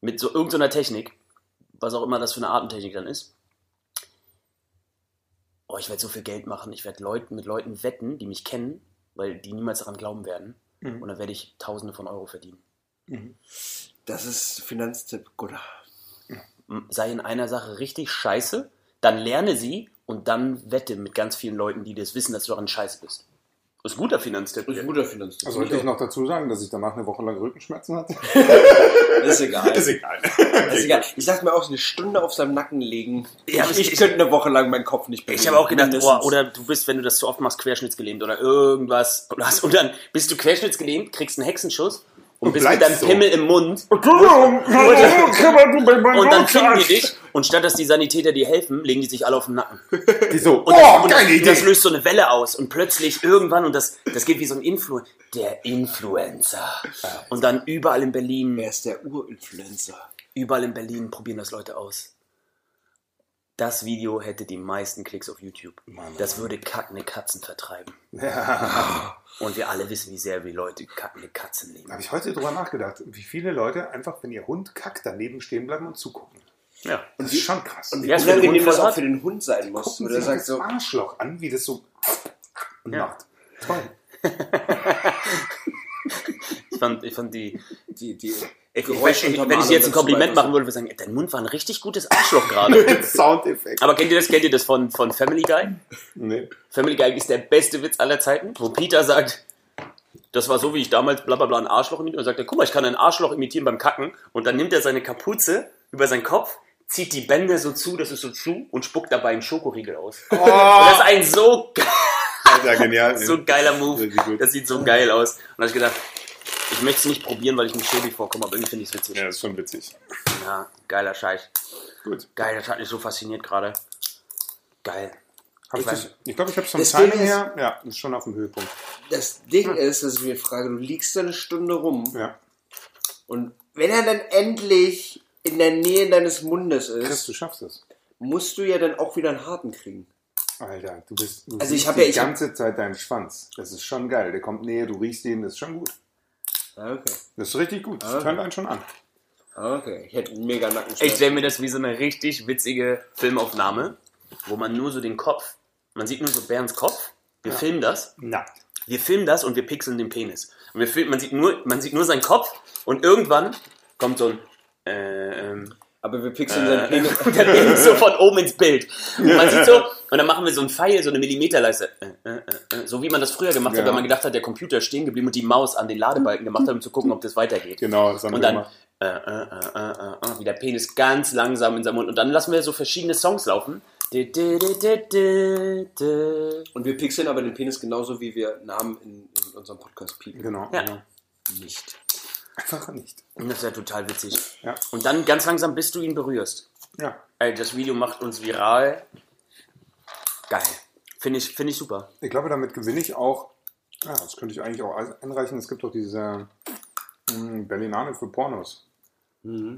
S3: mit so irgendeiner Technik, was auch immer das für eine Atemtechnik dann ist, oh, ich werde so viel Geld machen, ich werde Leuten, mit Leuten wetten, die mich kennen, weil die niemals daran glauben werden. Und dann werde ich Tausende von Euro verdienen.
S5: Das ist Finanztipp, Gunnar.
S3: sei in einer Sache richtig scheiße, dann lerne sie und dann wette mit ganz vielen Leuten, die das wissen, dass du daran scheiße bist. Das ist ein guter Finanztipp.
S5: Ist ein guter Finanztipp.
S4: Also sollte ich noch dazu sagen, dass ich danach eine Woche lang Rückenschmerzen hatte?
S5: Das ist egal. Das
S4: egal.
S5: ist egal. Ich sag mir auch, eine Stunde auf seinem Nacken legen.
S3: Ja, aber
S5: ich,
S3: ich-
S5: ich könnte eine Woche lang meinen Kopf nicht bewegen.
S3: Ich habe auch gedacht,
S5: Mindestens.
S3: oh, oder du bist, wenn du das zu oft machst, querschnittsgelähmt oder irgendwas. Und, hast, und dann bist du querschnittsgelähmt, kriegst einen Hexenschuss und, bist mit
S4: bleibst
S3: deinem
S4: so.
S3: Pimmel im Mund.
S4: Entschuldigung, Entschuldigung, du bei meinem
S3: Und dann kriegen die
S4: Hausarzt.
S3: dich. Und statt dass die Sanitäter dir helfen, legen die sich alle auf den Nacken.
S4: Die so,
S3: Und das,
S4: oh,
S3: und das,
S4: geile
S3: und das
S4: Idee.
S3: löst so eine Welle aus. Und plötzlich irgendwann, und das, das geht wie so ein Influ der Influencer. Und dann überall in Berlin,
S5: Er ist der Urinfluencer.
S3: überall in Berlin probieren das Leute aus. Das Video hätte die meisten Klicks auf YouTube. Das würde kackende Katzen vertreiben. Und wir alle wissen, wie sehr wir Leute kackende Katzen
S4: Da
S3: lieben.
S4: habe ich heute drüber nachgedacht, wie viele Leute einfach, wenn ihr Hund kackt, daneben stehen bleiben und zugucken.
S3: Ja.
S4: Das ist schon krass.
S5: Und
S4: Und
S5: wie
S3: Ja, ist für den
S5: unangenehm
S3: Hund
S5: das
S3: voll
S5: auch
S3: hart.
S5: für den Hund sein muss.
S4: gucken
S5: Oder er
S4: sich
S5: sagt
S4: das
S5: so,
S4: Arschloch an, wie das so macht. Toll.
S3: Ich fand, ich fand die.
S5: die, die
S3: Ich, ich,
S5: Geräusche
S3: wenn
S5: unterm
S3: wenn ich
S5: Arm
S3: dir jetzt ein
S5: dazu
S3: Kompliment
S5: einfach so.
S3: machen würde, würde ich sagen, dein Mund war ein richtig gutes Arschloch gerade.
S4: Soundeffekt.
S3: Aber kennt ihr das? Kennt ihr das von, von Family Guy?
S4: Nee.
S3: Family Guy ist der beste Witz aller Zeiten, wo Peter sagt, das war so, wie ich damals bla bla bla ein Arschloch imitiert. Und dann sagt er, guck mal, ich kann ein Arschloch imitieren beim Kacken. Und dann nimmt er seine Kapuze über seinen Kopf, zieht die Bänder so zu, das ist so zu und spuckt dabei einen Schokoriegel aus.
S5: Oh.
S3: Und das ist ein so, ge-
S4: Alter, genial. ey.
S3: so geiler Move.
S4: Richtig gut.
S3: Das sieht so geil aus. Und da habe ich gedacht, ich möchte es nicht probieren, weil ich mich schäbig vorkomme, aber irgendwie finde ich es witzig.
S4: Ja,
S3: Ja.
S4: das ist schon witzig.
S3: geiler Scheiß.
S4: Gut.
S3: Geil, das hat mich so fasziniert gerade. Geil.
S4: Hab ich
S3: Ich weiß-
S4: das- ich glaube, ich habe es vom
S5: Das Ding
S4: Timing
S5: ist-
S4: her. Ja, ist schon auf dem Höhepunkt.
S5: Das Ding ist, dass ich mir frage, du liegst da eine Stunde rum
S4: Ja.
S5: und wenn er dann endlich in der Nähe deines Mundes
S4: Chris,
S5: ist,
S4: du schaffst es.
S5: musst du ja dann auch wieder einen harten kriegen.
S4: Alter, du bist du
S5: Also
S4: riechst
S5: ich hab
S4: die
S5: ja- ich hab-
S4: ganze Zeit deinen Schwanz. Das ist schon geil. Der kommt näher, du riechst ihn, das ist schon gut.
S5: Ah, Okay.
S4: Das ist richtig gut. Das
S5: Ah.
S4: tönt einen schon an.
S5: Ah, Okay. Ich hätte einen mega Nackenschmerz.
S3: Ich stelle mir das wie so eine richtig witzige Filmaufnahme, wo man nur so den Kopf, man sieht nur so Bernds Kopf. Wir filmen das,
S4: Na.
S3: wir filmen das und wir pixeln den Penis. Und wir filmen, man sieht nur, man sieht nur seinen Kopf und irgendwann kommt so ein äh, ähm,
S5: Aber wir pixeln
S3: Äh.
S5: seinen Penis.
S3: und der Penis so von oben ins Bild. Und man sieht so, und dann machen wir so ein Pfeil, so eine Millimeterleiste. Äh, äh, äh, äh. So wie man das früher gemacht
S4: Ja.
S3: hat, wenn man gedacht hat, der Computer ist stehen geblieben und die Maus an den Ladebalken gemacht hat, um zu gucken, ob das weitergeht.
S4: Genau, das haben
S3: Und
S4: wir
S3: dann
S4: gemacht.
S3: äh, äh, äh, äh, äh, äh, wie der Penis ganz langsam in seinem Mund. Und dann lassen wir so verschiedene Songs laufen. Di, di, di, di, di, di.
S5: Und wir pixeln aber den Penis genauso, wie wir Namen in, in unserem Podcast piepen.
S4: Genau.
S3: Ja.
S4: genau.
S5: Nicht.
S4: Einfach nicht.
S3: Und das ist ja total witzig.
S4: Ja.
S3: Und dann ganz langsam, bis du ihn berührst.
S4: Ja.
S3: Ey, das Video macht uns viral. Geil. Finde ich, finde ich super.
S4: Ich glaube, damit gewinne ich auch. Ja, das könnte ich eigentlich auch einreichen. Es gibt doch diese mh, Berlinale für Pornos.
S5: Mhm.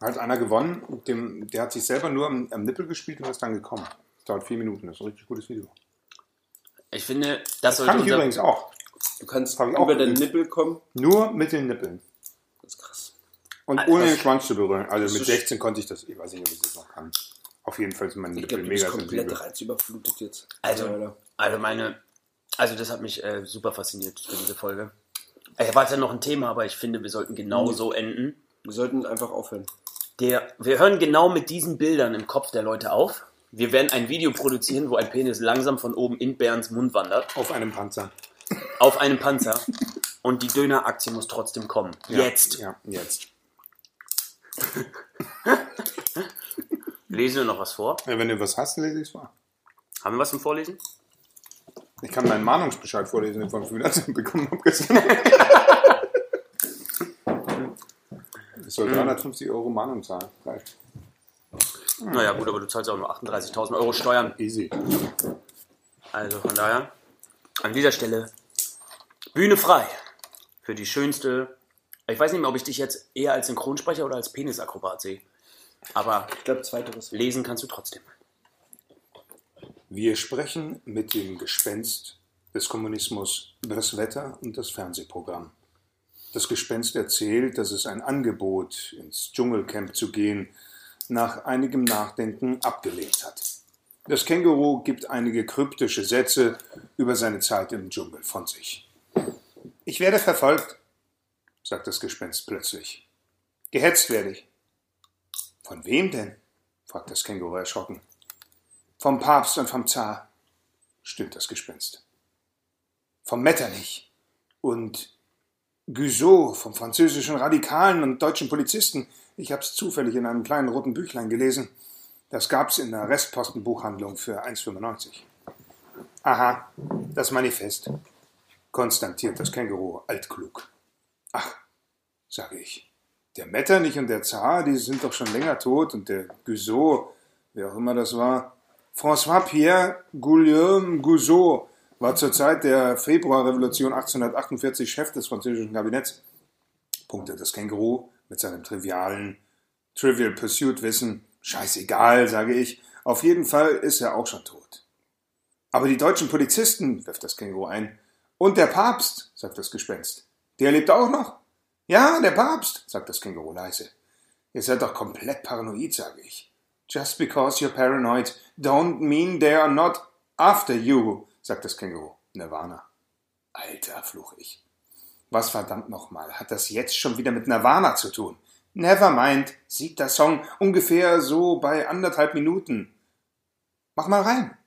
S4: Hat einer gewonnen, mit dem, der hat sich selber nur am, am Nippel gespielt und ist dann gekommen. Das dauert vier Minuten, das ist ein richtig gutes Video.
S3: Ich finde, das sollte
S5: Also
S4: Kann ich
S3: unser...
S4: übrigens auch.
S5: Du kannst
S4: Hab ich auch
S5: über deinen
S4: gesehen.
S5: Nippel kommen.
S4: Nur mit den Nippeln.
S5: Das ist krass.
S4: Und
S3: Alter,
S4: ohne
S3: was-
S4: den Schwanz zu berühren. Also mit
S5: ist-
S4: 16 konnte ich das, ich weiß nicht, ob ich das noch kann. Auf jeden Fall sind meine
S5: Ich
S4: Nippel
S5: glaube, du bist
S4: mega
S5: komplett
S4: sensibel.
S5: reizüberflutet jetzt.
S3: Also,
S5: Alter.
S3: also meine, also das hat mich äh, super fasziniert für diese Folge. Ich hatte noch ein Thema, aber ich finde, wir sollten
S4: Mhm.
S3: genau so enden.
S5: Wir sollten einfach aufhören.
S3: Der, wir hören genau mit diesen Bildern im Kopf der Leute auf. Wir werden ein Video produzieren, wo ein Penis langsam von oben in Bernds Mund wandert,
S4: Auf einem Panzer.
S3: auf einem Panzer. Und die Döneraktie muss trotzdem kommen. Jetzt.
S4: Ja, jetzt.
S3: Lesen wir noch was vor?
S4: Ja, wenn du was hast, lese ich es mal.
S3: Haben wir was zum Vorlesen?
S4: Ich kann meinen Mahnungsbescheid vorlesen, den ich von Finanzamt bekommen habe gestern. Ich soll 350 Euro Mahnung zahlen. Reicht. Hm.
S3: Naja, gut, aber du zahlst auch nur 38.000 Euro Steuern.
S4: Easy.
S3: Also von daher, an dieser Stelle, Bühne frei für die schönste. Ich weiß nicht mehr, ob ich dich jetzt eher als Synchronsprecher oder als Penisakrobat sehe. Aber
S5: Ich glaube, zweiteres.
S3: lesen kannst du trotzdem.
S4: Wir sprechen mit dem Gespenst des Kommunismus über das Wetter und das Fernsehprogramm. Das Gespenst erzählt, dass es ein Angebot, ins Dschungelcamp zu gehen, nach einigem Nachdenken abgelehnt hat. Das Känguru gibt einige kryptische Sätze über seine Zeit im Dschungel von sich. Ich werde verfolgt, sagt das Gespenst plötzlich. Gehetzt werde ich. Von wem denn? fragt das Känguru erschrocken. Vom Papst und vom Zar, stimmt das Gespenst. vom Metternich und Guizot vom französischen Radikalen und deutschen Polizisten. Ich hab's zufällig in einem kleinen roten Büchlein gelesen. Das gab's in der Restpostenbuchhandlung für 1,95. Aha, das Manifest. Konstatiert das Känguru altklug. Ach, sage ich. Der Metternich und der Zar, die sind doch schon länger tot und der Guizot, wer auch immer das war. François Pierre Guillaume Guizot war zur Zeit der Februarrevolution 1848 Chef des französischen Kabinetts. Punktet das Känguru mit seinem trivialen Trivial Pursuit Wissen. Scheißegal, sage ich. Auf jeden Fall ist er auch schon tot. Aber die deutschen Polizisten, wirft das Känguru ein. Und der Papst, sagt das Gespenst. Der lebt auch noch? Ja, der Papst, sagt das Känguru leise. Ihr seid doch komplett paranoid, sage ich. Just because you're paranoid don't mean they are not after you, sagt das Känguru. Nirvana. Alter, fluch ich. Was verdammt nochmal hat das jetzt schon wieder mit Nirvana zu tun? Nevermind, sieht der Song ungefähr so bei anderthalb Minuten. Mach mal rein.